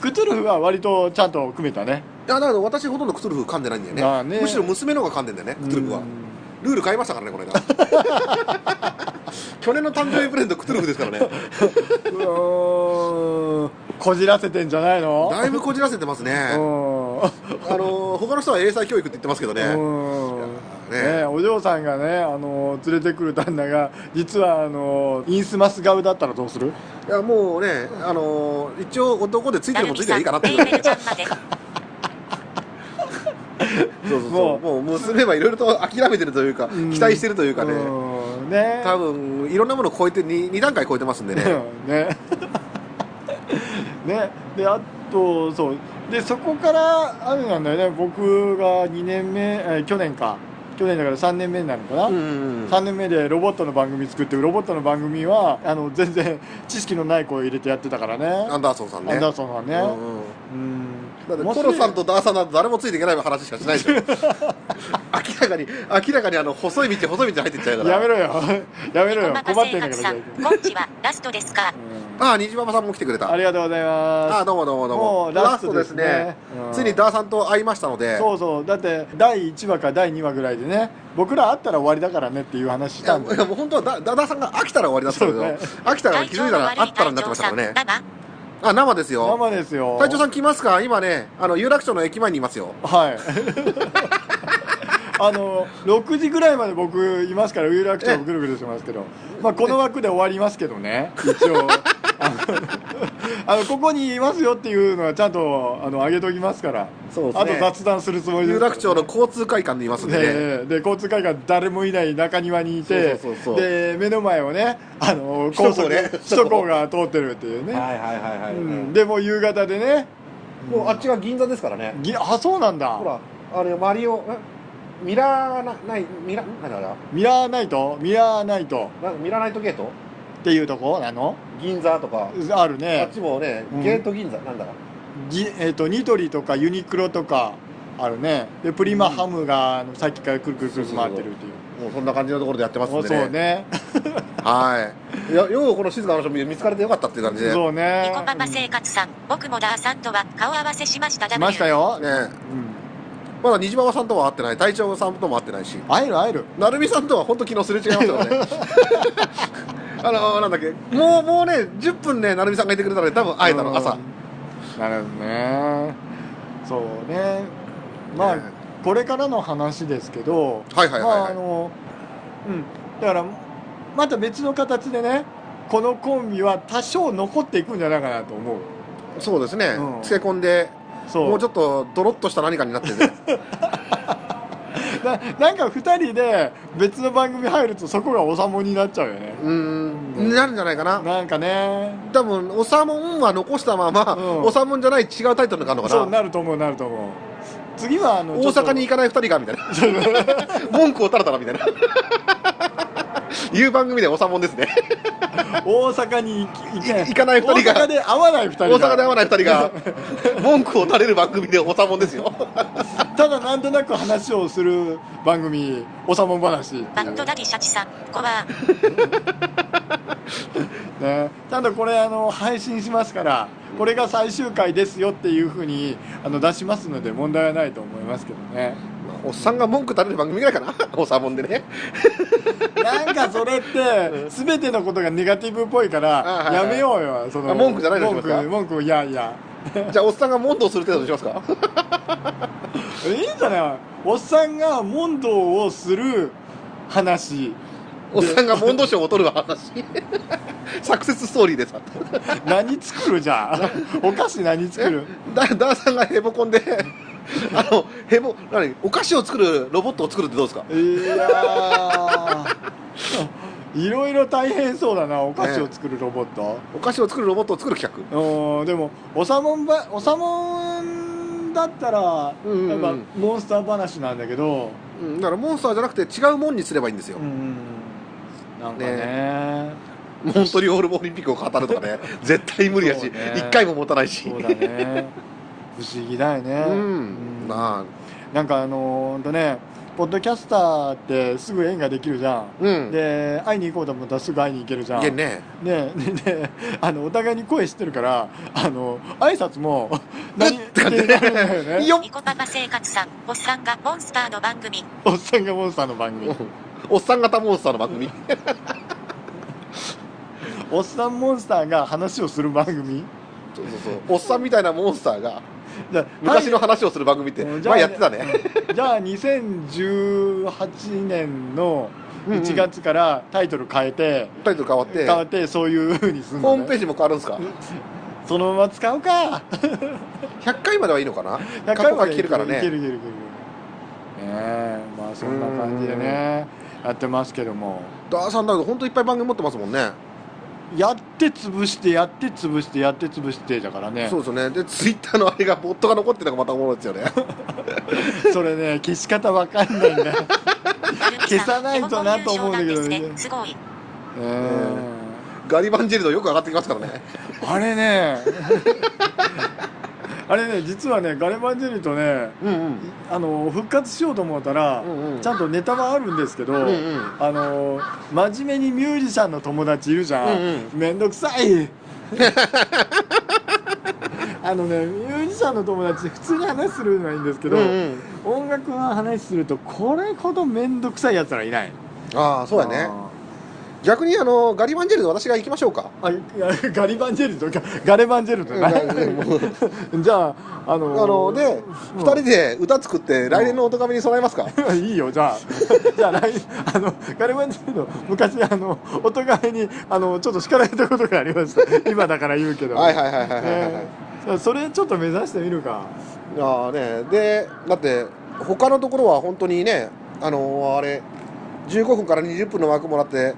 S3: クトゥルフは割とちゃんと組めたね
S2: いやだけど私ほとんどクトゥルフ噛んでないんだよね
S3: まあね
S2: むしろ娘の方が噛んでんだよねクトゥルフは
S3: うん
S2: ルール変えましたからねこの間 去年の誕生日プレゼントクトゥルフですからね
S3: うーんこじらせてんじゃないの
S2: だいぶこじらせてますね
S3: うーん
S2: あの他の人は英才教育って言ってますけどね
S3: うーん
S2: いやね
S3: ねお嬢さんがね、あの連れてくる旦那が実はあのインスマス顔だったらどうする
S2: いやもうねあの一応男でついて
S1: な
S2: る
S1: る
S2: もん
S1: み
S2: ついてりゃ
S1: さ
S2: い
S1: ん
S2: いかな、って
S1: レ
S2: い
S1: イ
S2: う
S1: ベルちゃん まで、
S2: そうそうそうもう娘はいろいろと諦めてるというか
S3: うん
S2: 期待してるというかね
S3: うーんね
S2: 多分いろんなものを超えて 2, 段階超えてますんでね
S3: うんね ねであとそうでそこからあれなんだよね僕が2年目、えー去年か去年だから3年目になるのかな、
S2: うん
S3: 3年目でロボットの番組作ってロボットの番組はあの全然知識のない子を入れてやってたからね
S2: アンダーソンさんね
S3: アンダーソンはね
S2: うんうん
S3: うん
S2: だってコ
S3: 面白
S2: ロ
S3: い
S2: さんとダーさんなんて誰もついていけない話しかしないでしょ 明らかに明らかにあの細い道細い道入ってっちゃうから
S3: やめろよ やめろ
S1: お
S3: よ
S1: まか
S3: 困っ
S1: せ
S3: てんだから
S1: さん、
S3: 逆に
S1: こんちはラストですか。
S2: ああ虹ママさんも来てくれ
S3: うん
S2: た
S3: ありがとうございます
S2: ああどうもどうもどうも
S3: もうラストですねうん
S2: ついにダーさんと会いましたので
S3: そうそうだって第1話か第2話ぐらいでね僕ら会ったら終わりだからねっていう話し
S2: い
S3: た
S2: や
S3: ん
S2: も
S3: だ
S2: ういやもう本当はダダダーさんが飽きたら終わりだったんだけど、
S3: そうね
S2: 飽きたら
S1: 体
S2: 気づ
S1: 調
S2: いた
S1: の
S2: ら
S1: 悪
S2: あっ
S1: い
S2: たらになっ
S1: 隊
S2: て
S1: 長
S2: ましたか
S1: さ
S2: ら
S1: ん、
S2: ね
S1: ママ、
S2: あ、生ですよ。
S3: 生ですよ
S2: 隊長さん来ますか今ね、あの、有楽町の駅前にいますよ。
S3: はい。 あの6時ぐらいまで僕いますから有楽町ぐるぐるしてますけど、まあ、この枠で終わりますけどね一 応あのあのここにいますよっていうのはちゃんとあの上げときますから
S2: そうです
S3: あ
S2: ね
S3: と雑談するつもりで
S2: 有
S3: すから
S2: 楽町の交通会館にいますんでね。
S3: ねで交通会館誰もいない中庭にいて
S2: そうそうそうそう
S3: で目の前をねあの
S2: 首都
S3: 高速
S2: 高ね
S3: 首都高が通ってるっていうね、
S2: いはいはいは
S3: うん、でもう夕方でね
S2: もうあっちが銀座ですからね。
S3: ぎあそうなんだ
S2: ほら、あれ、マリオ、んミラーな、ない、ミラ、なんだろ
S3: ミラーナイトミラーナイト
S2: うな、なミラーナイトゲート
S3: っていうとこなの
S2: 銀座とか、
S3: ある
S2: あ
S3: ね
S2: っちもね
S3: うん、
S2: ゲート銀座、なんだか。
S3: ぎえー、とニトリとかユニクロとかあるねでプリマハムが、あのさっきからくるくるくる回ってるっていう
S2: もうそんな感じのところでやってますんで
S3: そう
S2: ね。
S3: ね
S2: はい。いや、ようこの静かな人見つかれてよかったっていう感じで。
S3: そうね
S1: ニコパパ生活さん、僕もダーさんとは顔合わせしました
S3: うんしましたよ、
S2: ね
S3: うん、
S2: まだ虹ママさんとは会ってない、隊長さんとも会ってないし、
S3: 会える会える
S2: なるみさんとは本当昨日すれ違いました よね。あのなんだっけ、もう、もうね、10分ね、なるみさんがいてくれたらね、多分会えた
S3: う
S2: の、
S3: ん
S2: 朝。
S3: なるほどねそうねまあ、
S2: ね
S3: これからの話ですけど
S2: はいはい
S3: まあ
S2: は
S3: あ
S2: いはい。
S3: のうんだからまた別の形でねこのコンビは多少残っていくんじゃないかなと思う
S2: そうですね
S3: うん、
S2: つけ込んで、
S3: そう
S2: もうちょっとドロッとした何かになって ね。
S3: ななんか2人で別の番組入るとそこがおさもになっちゃうよね
S2: うーん、なるんじゃないかな。
S3: なんかね
S2: 多分、おさもんは残したまま、
S3: うん
S2: おさもんじゃない違うタイトルがあるの
S3: そう
S2: かな。
S3: なると思うなると思う次はあの
S2: 大阪に行
S3: か
S2: かない二人が、みたいな。文句を垂れたら、みた いな。いう番組でおさもんですね。
S3: 大阪に行き行け
S2: 行かない二人が
S3: 大阪で会わない2人
S2: 大阪で会わ
S3: ない
S2: ない二人が 文句を垂れる番組でおさもんですよ
S3: ただなんとなく話をする番組おさもん話って
S1: バ
S3: いう
S1: ッドダディシャチさん、こわー。
S3: ね、ただこれあの配信しますからこれが最終回ですよっていうふうにあの出しますので問題はないと思いますけど ね
S2: おっさんが文句垂れる番組ぐらいかな おさもんでね
S3: なんかそれって全てのことがネガティブっぽいから
S2: あはいは
S3: や
S2: い
S3: めようよその
S2: あ文句じゃないの
S3: 文
S2: します
S3: 句
S2: か
S3: 文句いやいや
S2: じゃあおっさんが問答する程度にしますか
S3: いいんじゃないおっさんが問答をする話
S2: おっさんが問答賞を取る話 サクセスストーリーでさ
S3: 何作るじゃあ お菓子何作る
S2: だダーさんがヘボコンであのヘボ何お菓子を作るロボットを作るってどうですか
S3: いやーいろいろ大変そうだなお菓子を作るロボット、
S2: お菓子を作るロボットを作る企
S3: うんでもおさもんばおさもんだったら、
S2: うんうんうん
S3: やっぱモンスター話なんだけど、
S2: 画、うん、だからモンスターじゃなくて違うもんにすればいいんですよ、
S3: なんかね
S2: モントリオールオリンピックを語るとか ね絶対無理や
S3: そう
S2: し、
S3: ね
S2: 一回も持たないし
S3: そう だね不思議だよね、
S2: うんなあ
S3: なんかあのーほんとねポッドキャスターってすぐ縁ができるじゃん、
S2: うん
S3: で会いに行こうと思ったらすぐ会いに行けるじゃん
S2: いやね
S3: ねでであのお互いに声知ってるからあの挨 拶も何ってなるんだよね
S2: よっ
S1: ニコパパ生活さん、おっさんがモンスターの番組。
S3: おっさんがモンスターの番組
S2: おっさん型モンスターの番組
S3: おっさんモンスターが話をする番組
S2: そうそうそうおっさんみたいなモンスターが
S3: じゃあ
S2: 昔の話をする番組って
S3: うん
S2: 前やってたね
S3: じゃあ2018年の
S2: うんうん
S3: 1月からタイトル変えて、
S2: タイトル変わって
S3: 変わってそういう風にする
S2: ホー
S3: の、
S2: ムペー
S3: ね、
S2: ジも変わるんですか
S3: そのまま使うか
S2: 100回まではいいのかな
S3: 100
S2: 過去が聞けるから
S3: いけ
S2: ね
S3: るいけるいけるねえまあそんな感じでねやってますけども
S2: ダーさんだけど本当いっぱい番組持ってますもんね
S3: やって潰してやって潰してやって潰してだからね
S2: そうですよねでツイッターのあれがボットが残ってたのがまたおもろいですよ ね
S3: それね消し方わかんないんだよね
S1: なるみ
S3: 消さないとなと思うんだけどね
S1: エモコン優勝なんですね。すごい。
S3: え
S2: ガリバンジェルドよく上がってきますからね
S3: あれね あれね実はねガレバンジェリーとね
S2: うんうん
S3: あの復活しようと思ったら、
S2: うんうん
S3: ちゃんとネタはあるんですけど、
S2: うんうん
S3: あの真面目にミュージシャンの友達いるじゃん、
S2: うん
S3: めんどくさ いあのねミュージシャンの友達普通に話するのはいいんですけど、
S2: うんうん
S3: 音楽の話するとこれほどめんどくさいやつらいない
S2: ああそうやね
S3: あー
S2: 逆にあのガリバンジェルド私が行きましょうか
S3: あガガリバンジェルドかガレバンジェルドなじゃああの
S2: あので、
S3: うん
S2: 二人で歌作って来年のおとがめに備えますか、
S3: いいよじゃあ じゃあ来あのガレバンジェルド昔あのお互いにあのちょっと叱られたことがあり ました今だから言うけど
S2: はいはいはいはいはいはい、
S3: ねそれちょっと目指してみるか
S2: ああねでだって他のところは本当にねあのあれ15分から20分の枠もらって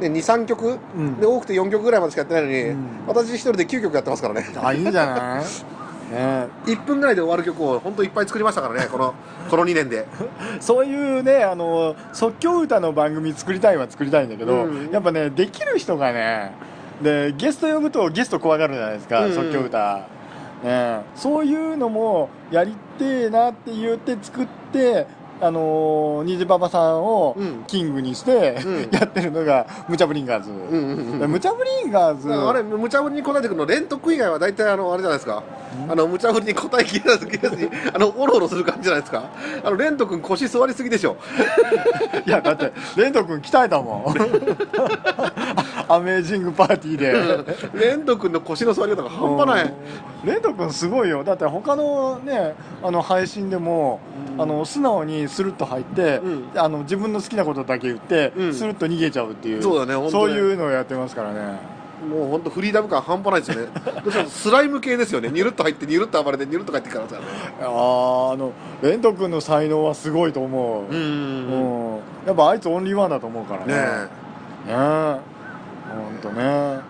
S2: 23曲、
S3: うん
S2: で多くて4曲ぐらいまでしかやってないのに、
S3: うん
S2: 私一人で9曲やってますからね
S3: あいいんじゃないね
S2: 1分ぐらいで終わる曲を本当いっぱい作りましたから ねこのこの2年で
S3: そういうねあの即興歌の番組作りたいは作りたいんだけど、
S2: うん
S3: やっぱねできる人がねでゲスト呼ぶとゲスト怖がるじゃないですか、
S2: うん
S3: 即興歌、ね、そういうのもやりてえなって言って作ってあの虹パパさんを
S2: うん
S3: キングにして、
S2: うん
S3: やってるのがムチャブリンガーズ、
S2: うんうんうん
S3: ムチャブリンガーズ
S2: あれ無茶ぶりに答えてくるのレントク以外は大体あのあれじゃないですかあの無茶ぶりに答えきれない時に あのオロオロする感じじゃないですかあのレント君腰座りすぎでしょ
S3: いやだってレント君鍛え たもん アメージングパーティーで。
S2: レント君の腰の座り方が半端ない、
S3: うんレント君すごいよだって他のねあの配信でも、
S2: うん
S3: あの素直にスルッと入って、
S2: うん
S3: あの自分の好きなことだけ言って、
S2: うん
S3: スルッと逃げちゃうっていう
S2: そうだね本
S3: そ
S2: 当ね
S3: ういうのをやってますからね
S2: もう本当フリーダム感半端ないですよね。 どうしてもスライム系ですよね。ニュルっと入って、ニュルっと暴れて、ニュルっと帰ってきたからですからね。
S3: あーあのレント君の才能はすごいと思う、
S2: ん。ね
S3: うんやっぱあいつオンリーワンだと思うからね
S2: え。
S3: ね本当ね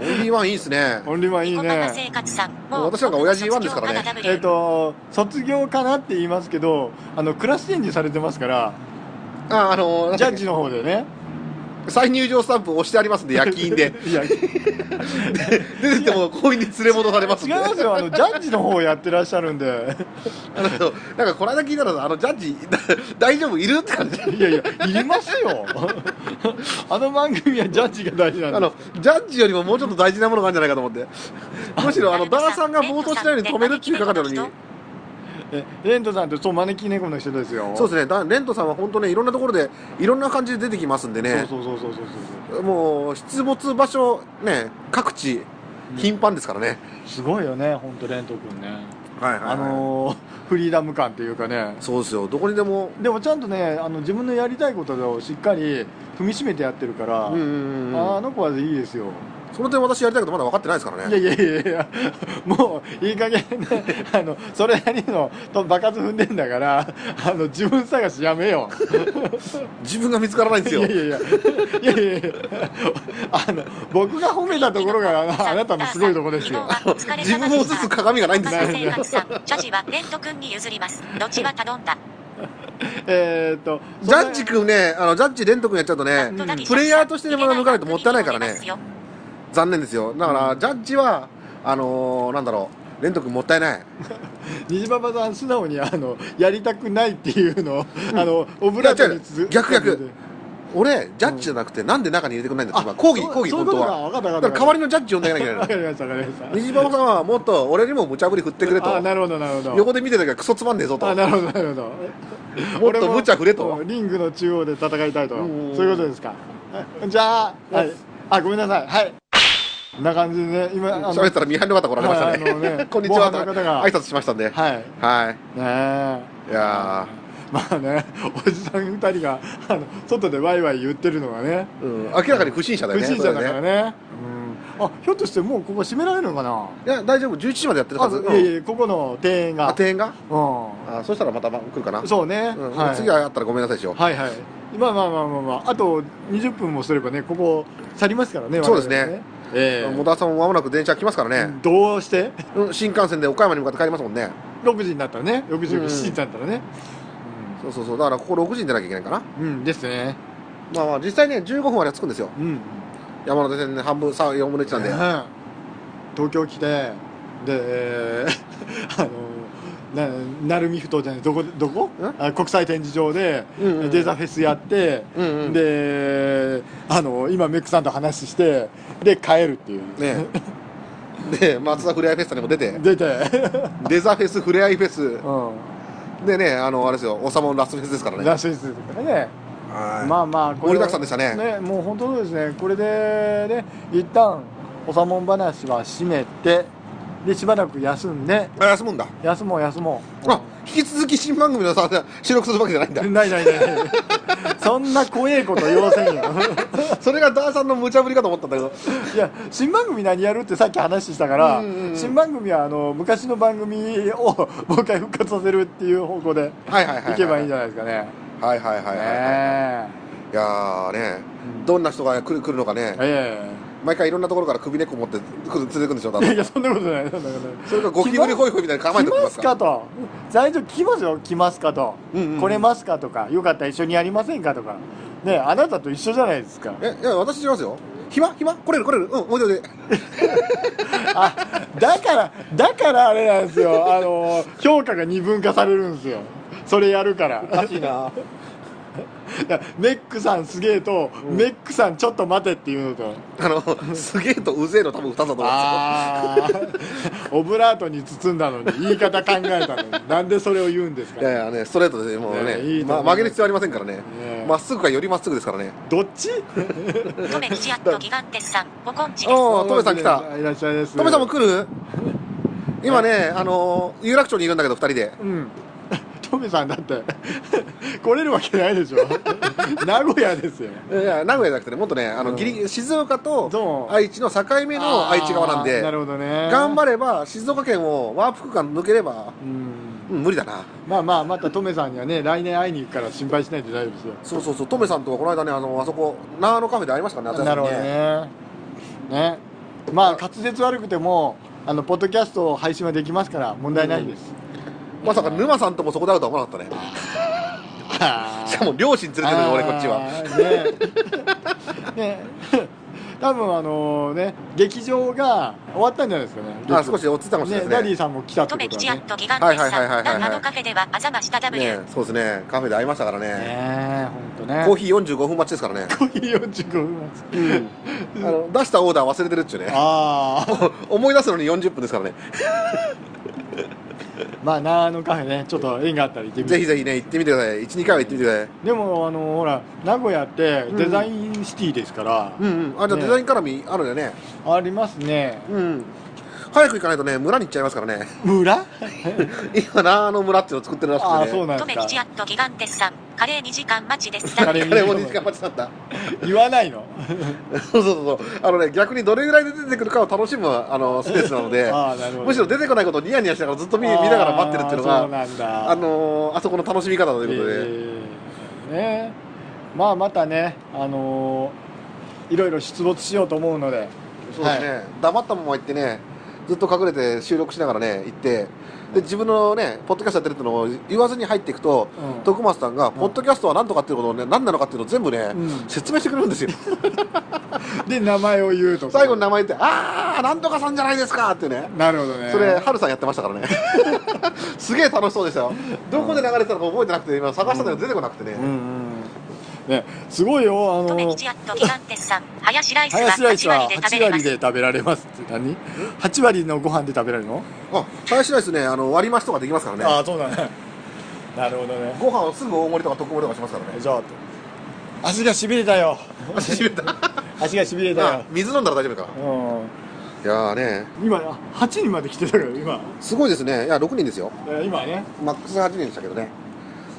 S2: オンリーワンいいですね。
S3: オンリーワンい
S1: ニ
S3: い
S1: コパパ
S3: ね
S1: 生活さん。
S2: もう私なんか親父ワンですからね
S1: 卒業
S3: えっ、と卒業かなって言いますけどあのクラスチェンジされてますから
S2: あ、あのー、
S3: ジャッジの方でね
S2: 再入場スタンプ押してありますんで、夜勤で。
S3: いや
S2: 出てっても公園に連れ戻されますん
S3: 違い
S2: で。
S3: ますよあのジャッジの方やってらっしゃるんで
S2: あの、なんかこの間聞いたら、あの、ジャッジ、 大丈夫いるって感じ。
S3: いやいやいりますよあの番組はジャッジが大事な
S2: あ
S3: んで
S2: の、ジャッジよりももうちょっと大事なものがあるんじゃないかと思って。むしろ、あの、ダーさんが暴走しないように止めるっていうかかるのに。
S3: えレントさんってそう招き猫の人ですよ
S2: そう
S3: そ
S2: ですね。だレントさんは本当ね、いろんなところで、いろんな感じで出てきますんでね。
S3: うそうそうそうそうそう
S2: もう出没場所ね各地頻繁ですからね、
S3: すごいよね本当レント君ね
S2: はいはい、
S3: あのーフリーダム感っていうかね
S2: そうですよどこにでも
S3: でもちゃんとねあの自分のやりたいことをしっかり踏みしめてやってるから、
S2: うんうんうん
S3: ああの子はいいですよ
S2: その点私やりたいことまだ分かってないですから
S3: いや
S2: ね
S3: いやいやいや、もういい加減ね、あのそれなりのと爆発踏んでんだから、あの自分探しやめよう。
S2: 自分が見つからないんで
S3: い
S2: す
S3: や
S2: よ
S3: いやいや、いやいやいや、あの僕が褒めたところがあのあなたのすごいとこですよ。
S2: 自分もずつ鏡がないんです
S1: パパ
S2: よ
S1: 生活さん。ジャッジはレント君に譲ります。後は頼んだ。
S3: えーっと、
S2: ジャッジ君ねあのジャッジレント君やっちゃうとね
S3: ん
S2: プレイヤーとして学ぶからともったいないからね
S1: 入れない番組に戻りますよ
S2: 残念ですよだから、
S3: うん
S2: ジャッジはあのーなんだろうレント君もったいない
S3: 虹パパさん素直にあのやりたくないっていうのを、あのオブラートにつ
S2: いや違う逆逆。俺ジャッジじゃなくて、なんで中に入れてくれないんだって抗議
S3: そう
S2: 抗議
S3: そうい
S2: 本
S3: う
S2: 当は
S3: ことか分かった
S2: だ
S3: 分
S2: か
S3: からった。
S2: 代わりのジャッジ呼んでいかなきゃいけない
S3: わ かりました分かりました。
S2: 虹パパさんはもっと俺にも無茶ぶり振ってくれと
S3: あなるほどなるほど。
S2: 横で見てたけどクソつまんねえぞと
S3: あなるほどなるほど
S2: もっと無茶振れと
S3: 俺もうんリングの中央で戦いたいと
S2: うん
S3: そういうことですかじゃあ、はい、あごめんなさいはいこんな感じでね今あ
S2: 喋ってたら見張りの方来られました
S3: はいあの
S2: ね
S3: ね
S2: こんにちは
S3: 防犯の方が
S2: 挨拶しましたんで
S3: はいね
S2: は
S3: え
S2: いいや
S3: まあね おじさん2人があの外でワイワイ言ってるのがね
S2: ーうん明らかに不審者だよ
S3: 不
S2: ね
S3: 審者だ
S2: そ
S3: か
S2: れ
S3: ら
S2: ね
S3: ねうんあひょっとしてもうここ閉められるのかない
S2: や大丈夫11時までやってるは
S3: あ
S2: ず
S3: いやいやここの庭園
S2: うんあ
S3: が
S2: 庭園が
S3: う
S2: あそしたらまた来るかなん
S3: そうね、
S2: うん
S3: はい、
S2: 次はあったらごめんなさいでしょ
S3: はいはい。まあまあまあまあまあ、あと20分もすればね、ここ去りますからね。
S2: そうですね
S3: 我々は。ええ
S2: モダさんも間もなく電車来ますからね
S3: どうして
S2: うん新幹線で岡山に向かって帰りますもんね
S3: ?6 時になったらね、6時、
S2: うん
S3: 7時になったらね。
S2: そうそうそうだからここ6時に出なきゃいけないかな
S3: うん、うん、ですね。
S2: まあまあ実際ね15分までは着くんですよ
S3: うん。
S2: 山手線ね半分3 4分の1なんで
S3: ねえ東京来て、で、 あの、な鳴海ふ頭じゃない、どこ、どこ
S2: ん
S3: あ国際展示場で、
S2: うんうんうん
S3: データフェスやって、
S2: うんうん
S3: で、あの、今メックさんと話して、で、帰るっていう。
S2: ねで松田フレアフェスタにも出て
S3: 出て、
S2: デザフェスフレアイフェス
S3: うん。
S2: でね、あの、あれですよ、王様のラストフェスですからね。
S3: ラッシュですからね。
S2: はい
S3: まあまあこ
S2: 盛
S3: れ
S2: りだくさんでしたね
S3: ねもう本当そうですねこれでね一旦おさもん話は閉めてでしばらく休んで
S2: あ休むんだ
S3: 休もう休もう
S2: あ引き続き新番組のさ収録するわけじゃないん だ
S3: ないないないそんな怖えこと言わせんよ
S2: それがダーさんの無茶ぶりかと思ったんだけど
S3: いや新番組何やるってさっき話したから、
S2: うんうんうん
S3: 新番組はあの昔の番組を もう一回復活させるっていう方向で
S2: はいはいはいはい
S3: いけばいいんじゃないですかね、
S2: はいはいはいはい、
S3: ねえ
S2: いやーね
S3: うん
S2: どんな人が来る来るのかね
S3: え
S2: 毎回いろんなところから首根っこ持ってくる連れてくるんでしょだっ
S3: えい
S2: て
S3: やそんなことないそんなことない
S2: それかゴキブリホイホイみたいに構えて
S3: 来
S2: おき
S3: ま
S2: ますす
S3: か
S2: か
S3: と在場来ますよ来ますかと、
S2: うんうんうん
S3: 来れますかとかよかったら一緒にやりませんかとかねあなたと一緒じゃないですか
S2: えいや私しますよ暇暇来れる来れるうんおいでおい で
S3: あだからだからあれなんですよあの評価が二分化されるんですよそれやるから
S2: おかしいな
S3: だからメックさんすげえと、メックさんちょっと待てっていうのと
S2: あのすげえとうぜえの多分2つだと思うんですよ
S3: ああ オブラートに包んだのに言い方考えたのになんでそれを言うんですか
S2: いやいやね、ストレートでもうね
S3: ねいいと思
S2: ま曲
S3: う
S2: げる必要ありませんからね
S3: ね
S2: まっすぐかよりまっすぐですからね
S3: どっち
S1: トメ吉アットギガンテスさん、ボコンチです。
S2: おートメさん来た
S3: いらっしゃいです
S2: トメさんも来る今ね、あの有楽町にいるんだけど2人で
S3: うん。トミさんだって、来れるわけないでしょ。名古屋ですよ。
S2: いや名古屋じゃなくてねもっとねあの、ギリ静岡
S3: そ
S2: と
S3: う
S2: 愛知の境目の愛知側なん
S3: あー
S2: で
S3: なるほどね。
S2: 頑張
S3: れ。
S2: れば静岡県をワープ区間抜ければ、
S3: うん。
S2: うん、無理だな
S3: まあまあ、またトメさんにはね、来年会いに行くから心配しないで大丈夫ですよ。
S2: そうそうそうトメさんとはこの間ねあのあそこ長野カフェで会いましたからね
S3: なるほど
S2: に
S3: ね。ね。まあ、滑舌悪くても、あの、ポッドキャストを配信はできますから、問題ないです。
S2: まさか沼さんともそこで会うとは思わなかったね
S3: あー
S2: しかも両親連れてるの俺こっちは
S3: は。ね。ね多分あのね、劇場が終わったんじゃないですかね。
S2: あ少し落ちてたかもしれ
S3: ね、
S2: な
S3: ダ
S2: い
S3: デ
S2: で
S3: ィ
S2: す
S3: さんも来たって
S1: ト
S3: こ
S1: メ
S3: と
S1: 吉ア
S3: だね
S1: ッ。トギガンテス
S2: はいはいは
S1: さ
S2: い
S1: ん、
S2: はいはい
S1: 長野カフェでは、あざました W。
S2: ねねそうですねカフェで会いましたからね
S3: ねえ、本当ね。
S2: コーヒー45分待ちですから ね、
S3: コーヒー45分待ち。
S2: あの出したオーダー忘れてるっちゅうね
S3: ああ、
S2: 思い出すのに40分ですからね
S3: まあ長野カフェね、ちょっと縁があったら行ってみて。
S2: ぜひぜひね行ってみてください12回は行ってみてください
S3: でもあのほら名古屋ってデザインシティですから、
S2: うんうんあじゃあ
S3: ね
S2: デザイン絡みあるよね
S3: ありますね。
S2: うんうん早く行かないとね村に行っちゃいますからね
S3: 村？
S2: 今なあの村っていうのを作ってるらしくてね
S3: ああそうなん
S1: ト
S3: で
S1: メ
S3: すか
S1: 吉。アットギガンテスさん、カレー2時間待ちです。
S3: カレー
S2: あれも2時間待ちなんだ
S3: 言わないの。
S2: そうそうそうあのね逆にどれぐらいで出てくるかを楽しむあのスペースなの で
S3: ああなるほど。
S2: むしろ出てこないことをニヤニヤしながらずっと見見ながら待ってるっていうの
S3: ああそう
S2: が
S3: なんだ。
S2: あのーあそこの楽しみ方ということで、
S3: えーねまあまたねあのーいろいろ出没しようと思うので。
S2: そうですね、
S3: は
S2: 黙ったまま行ってねずっと隠れて収録しながらね行ってで自分のねポッドキャストやってるってのを言わずに入っていくと、
S3: うん
S2: 徳松さんが「ポッドキャストは何とかっていうことをね何なのかっていうのを全部ね、
S3: うん
S2: 説明してくれるん ですよ
S3: で名前を言うとか
S2: 最後に名前言って「ああなんとかさんじゃないですか」ってね
S3: なるほどね
S2: それ、ハルさんやってましたからね。 すげえ楽しそうでしたよ。どこで流れてたのか覚えてなくて、今探したのに出てこなくてね。
S3: うんうんねすごいよあ
S1: トメ
S3: の
S1: 吉アットギガンテスさん、ハヤシライスは
S3: 林ライス
S1: 8
S3: は
S1: 割で食べ
S3: 8
S1: れま
S3: 割
S1: す
S3: で。食べられますって何8割のご飯で食べられるの
S2: あ、最初ですね、あの割り増しとかできますからね。
S3: あそうだねなるほどね
S2: ご飯をすぐ大盛りとか特盛りとかしますからね。
S3: じゃあ足がしびれたよ
S2: 閉めた。
S3: 足がしびれたよ
S2: あ、水飲んだら大丈夫か。
S3: う
S2: いやーね、
S3: ん今あ8人まで来てたから今
S2: すごいですね。いや、6人ですよ。
S3: え今ね
S2: マックス8人でしたけどね。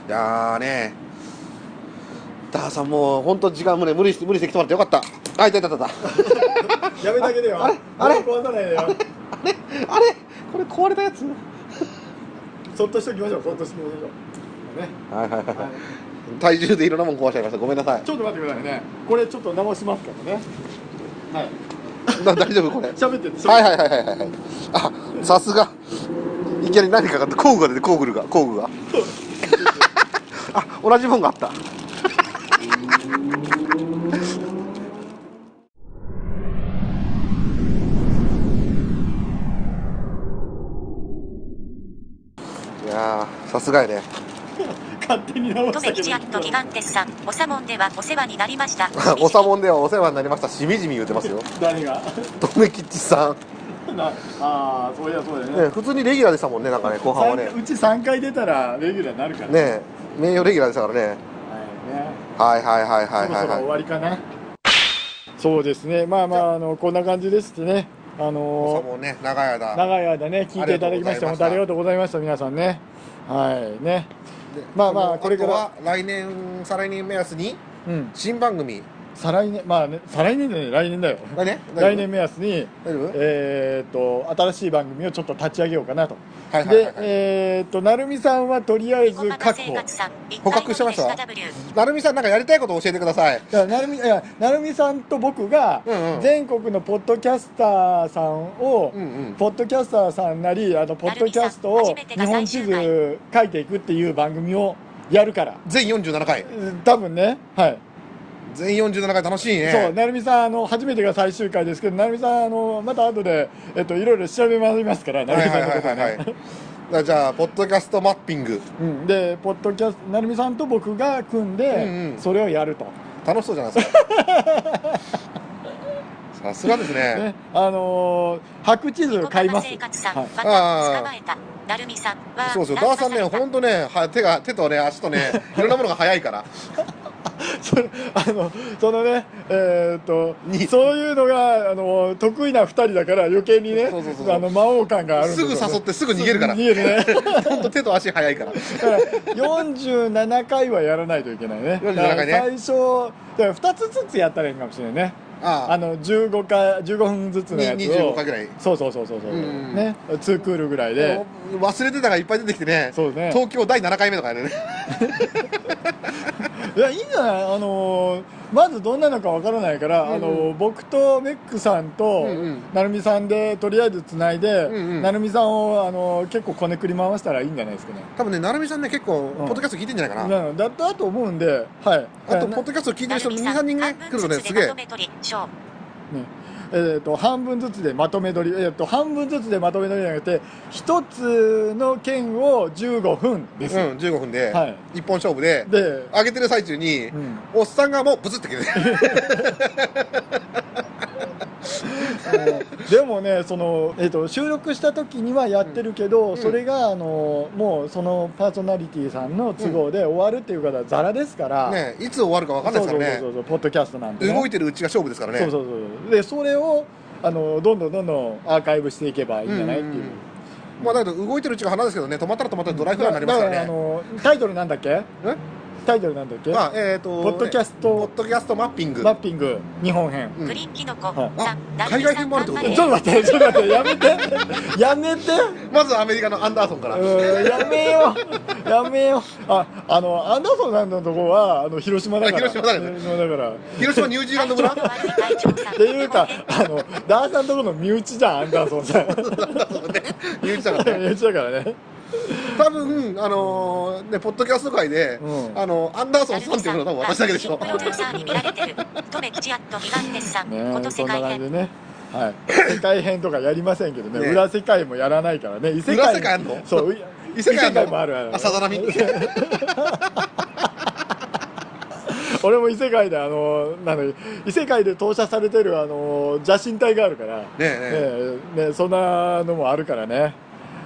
S2: いやーね。ダーさんもう本当時間もね無理して無理して来てもらってよかった。あいたいたいたいた。
S3: やめてあげてよ
S2: あれあれ
S3: 壊さないでよ
S2: あれこれ壊れたやつ。
S3: そっとしておきましょうそっとしておきましょうね
S2: はいはいはいはい。体重でいろんなもん壊しちゃいました。ごめんなさい
S3: ち。ょっと待ってくださいねこれちょっと直しますからねはい
S2: な大丈夫これ。
S3: 喋ってて
S2: はいはいはいはいはい。あ、さすが。いきなり何かがあって工具が出て工具が工具が。あ、同じもんがあった。いやーさすがやね。
S3: 勝手に直
S1: ト
S3: した
S1: メ
S3: けど
S1: 吉アットギガンテスさん、おさもんではお世話になりました。
S2: おさもんではお世話になりました。しみじみ言うてますよ。
S3: 誰が
S2: とめきちさん、
S3: なああそうやそうやね
S2: ね。普通にレギュラーでしたもんね、なんかね、後半はね
S3: 三。うち3回出たらレギュラーになるから
S2: ね名誉レギュラーでしたからね。
S3: はい
S2: は
S3: ね
S2: いはいはいはい
S3: そろそろ
S2: はい
S3: 終
S2: はい
S3: わりかな。そうですね。まあまあ、あの、こんな感じですね。あ
S2: さん
S3: の
S2: もね長い間
S3: ー、長い間ね、聞いていただきまして、
S2: ありがとうございました
S3: 本当ありがとうございました、皆さんね。はい、ね。
S2: で
S3: まあまあ
S2: その
S3: これか
S2: あ
S3: ら
S2: とは来年再来年目安に
S3: うん。
S2: 新番組
S3: 再来年、まあね、再来年でね、来年だよ。
S2: 来年
S3: 来年目安に、
S2: 大丈夫
S3: えーっと、新しい番組をちょっと立ち上げようかなと。
S2: はいはいは
S3: で
S2: い、はい
S3: えーっと、なるみさんはとりあえず確保。
S2: 捕獲してましたなるみさんなんかやりたいこと教えてください
S3: だからなるみいやなるみさんと僕が
S2: うんうん
S3: 全国のポッドキャスターさんを、
S2: うんうん
S3: ポッドキャスターさんなりあのポッドキャストを日本地図書いていくっていう番組をやるから
S2: 全47回
S3: うん多分ねはい、
S2: 全47回楽しいね
S3: そうなるみさんあの初めてが最終回ですけどなるみさんあのまた後でえっといろいろ調べ回りますからな
S2: は
S3: る
S2: い
S3: み
S2: は
S3: さ
S2: い
S3: ん
S2: は
S3: のこ
S2: い
S3: と
S2: は、
S3: はい
S2: はい、
S3: ね
S2: だからじゃあポッドキャストマッピング
S3: うんでポッドキャストなるみさんと僕が組ん
S2: うんう
S3: で
S2: ん
S3: それをやると、
S2: 楽しそうじゃないですか さすがですね
S3: ねあのー白地図買います
S1: 生活さん、
S3: はい
S1: また捕まえた。なるみさんは、
S2: そうですよダーさんねほんとねは手が手とね足とねいろんなものが早い から
S3: それあのそのねえーっと
S2: に
S3: そういうのがあの得意な2人だから余計にね
S2: そうそうそうそう
S3: あの魔王感があるんですよ
S2: ぐ誘ってすぐ逃げるから
S3: 逃げるね
S2: ほんと手と足早いから
S3: だから47回はやらないといけないね
S2: 47
S3: だか
S2: 回
S3: ら
S2: ね
S3: 最初だから2つずつやったらいいのかもしれないねあ
S2: あ
S3: の15回15分ずつ
S2: あ
S3: のやつ
S2: 25
S3: を
S2: 回ぐらい
S3: そうそうそうそうそう、
S2: うん
S3: ねツークールぐらいで
S2: 忘れてたがいっぱい出てきてね
S3: そうね
S2: 東京第7回目とかやるね
S3: いやいいんじゃないあのーまずどんなのかわからないから、
S2: うんうん
S3: あのー僕とメックさんと、
S2: うんうん
S3: なるみさんでとりあえずつないで、
S2: うんうん
S3: なるみさんをあのー結構こねくり回したらいいんじゃないですかね
S2: 多分ね成美さんね結構
S3: ん
S2: ポッドキャスト聞いてんじゃないかな
S3: なのだだと思うんではい
S2: あと
S3: な
S2: ポッドキャスト聞いてる人23人ぐらい来るのねすげえ
S3: ねえー、と半分ずつでまとめ取り、えー、と半分ずつでまとめ取りじゃなくて一つの件を15分です、
S2: うん15分で
S3: はい
S2: 一本勝負で
S3: で、
S2: 上げてる最中に
S3: うん、
S2: おっさんがもうブツってきてね
S3: でもねその、えっと収録した時にはやってるけど、
S2: うん
S3: それがあのもうそのパーソナリティさんの都合で終わるっていう方はザラですから、
S2: ねいつ終わるか分かんないですから
S3: そうそうそう
S2: ね
S3: そうポッドキャストなんてね、
S2: 動いてるうちが勝負ですからね
S3: そうそうそうでそれをあのどんどんどんどんアーカイブしていけばいいんじゃないっていう、
S2: うんうんうんまあだけど動いてるうちが花ですけどね止まったら止まったらドライフラーになりますか
S3: だから
S2: らね
S3: あのタイトルなんだっけ
S2: え
S3: タイトルなんだっけ、
S2: まあえっと
S3: ポッドキャスト
S2: ポッドキャストマッピング
S3: マッピング日本編
S2: うん
S1: グリーンキノコ
S3: はい
S2: あ
S1: さん、なる
S2: 海
S1: み
S2: 外
S1: さん
S2: 編もあるってこと
S3: ちょっと待ってちょっと待ってやめてやめて
S2: まずアメリカのアンダーソンから
S3: うんやめようやめようああのアンダーソンさんのとこはあの広島だから
S2: あ広島だからね
S3: 広島だから
S2: 広島ニュージーランド 村
S3: っていうかあのダーさんのとこの身内じゃんアンダーソ ンさん
S2: 身内だからね
S3: 身内だからね
S2: 多分あのーねポッドキャスト界で、
S3: うん
S2: あのアンダーソンさんっていうのは多分私だけでしょ
S1: プロデューサーに見られてる。トメキチアットギガンテスさん、こ
S3: ね
S1: と
S3: そ
S1: 世
S3: んな
S1: 界
S3: 感じで
S1: 編。
S3: ねはい、世界編とかやりませんけどね
S2: ね
S3: 裏世界もやらないからね異世界
S2: 裏世界あんの
S3: そう
S2: 異世界あんの
S3: もあるある
S2: あさざ波
S3: 俺も異世界であのなの異世界で投射されてるあの邪神体があるからね
S2: え
S3: えねそんなのもあるからね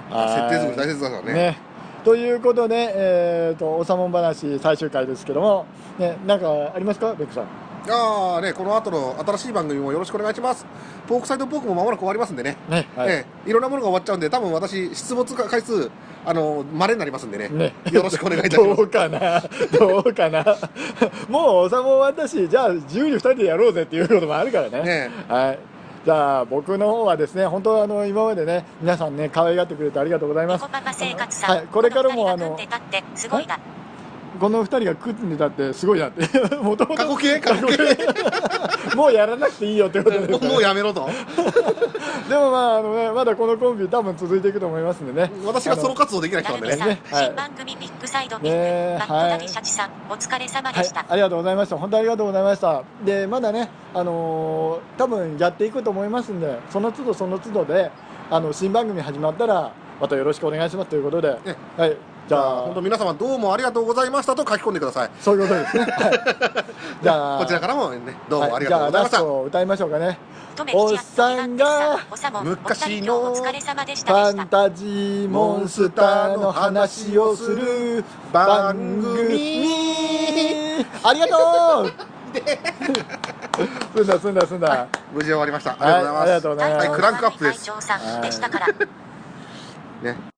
S2: 設定作り大
S3: 切
S2: 切だからね
S3: ねということで、えー、とおさもん話最終回ですけども、ね、なんかありますかベックさん
S2: ああねこの後の新しい番組もよろしくお願いしますポークサイドポークもまもなく終わりますんでね
S3: ねはい、
S2: ええいろんなものが終わっちゃうんで多分私出没回数あのまれになりますんでね
S3: ね
S2: よろしくお願いいたし
S3: ど
S2: ます
S3: うかなどうかなもうおさもん私じゃあ自由に2人でやろうぜっていうこともあるからね
S2: ね
S3: はいじゃあ僕の方はですね本当あの今までね皆さんね可愛がってくれてありがとうござい
S1: ニ
S3: ます
S1: コパパ生活さん、
S3: はいこれからもあの
S1: こ二人が組んで立ってす
S3: この2人が組
S1: ごいな。
S3: んでたってすごいなって もとも
S2: 過去
S3: と
S2: 形過去形
S3: もうやらなくていいよってことです
S2: もうもうやめろと
S3: でもまああのねまだこのコンビ多分続いていくと思いますんでね
S2: 私がソロ活動できない人
S1: な
S2: なんで
S1: るみ
S2: ね
S1: さん、
S3: ねはい
S1: 新番組ビッグサイドビッグ、
S3: ね
S1: マット
S3: はい
S1: ダリシャチさん、お疲れ様
S3: は
S1: で
S3: い
S1: した。、
S3: ありがとうございました。本当にありがとうございました。で、まだね、あのー多分やっていくと思いますんで、その都度その都度で、あの、新番組始まったら、またよろしくお願いしますということで、はい
S2: ね。
S3: じ
S2: じ
S3: ゃ
S2: ゃ
S3: あ、
S2: あ本当皆様どうもありがとうございましたと書き込んでください
S3: そういうこと ですね。はい。じゃあ、
S2: こちらからもねどうもあ
S3: はい
S2: り
S3: じ
S2: がと
S3: ゃ
S2: う
S3: あ、
S2: ござい
S3: ラ
S2: ました
S3: ストを歌いましょうかね。
S1: とめきちや
S3: おっさんが
S1: おさもん、お二
S2: 昔
S1: 人
S2: の
S1: 今日お疲れ様でし
S3: フ
S1: たでし
S3: ァン
S1: た。
S3: タジーモンスターの話をする番組ありが とう すんだすんだすんだ
S2: 無事終わりました。ありがとうございます。
S3: はいありがとうございます
S2: はいクランクアップで
S1: 隊
S2: す
S1: 長さ
S3: はい
S1: んでしたから。
S2: ね。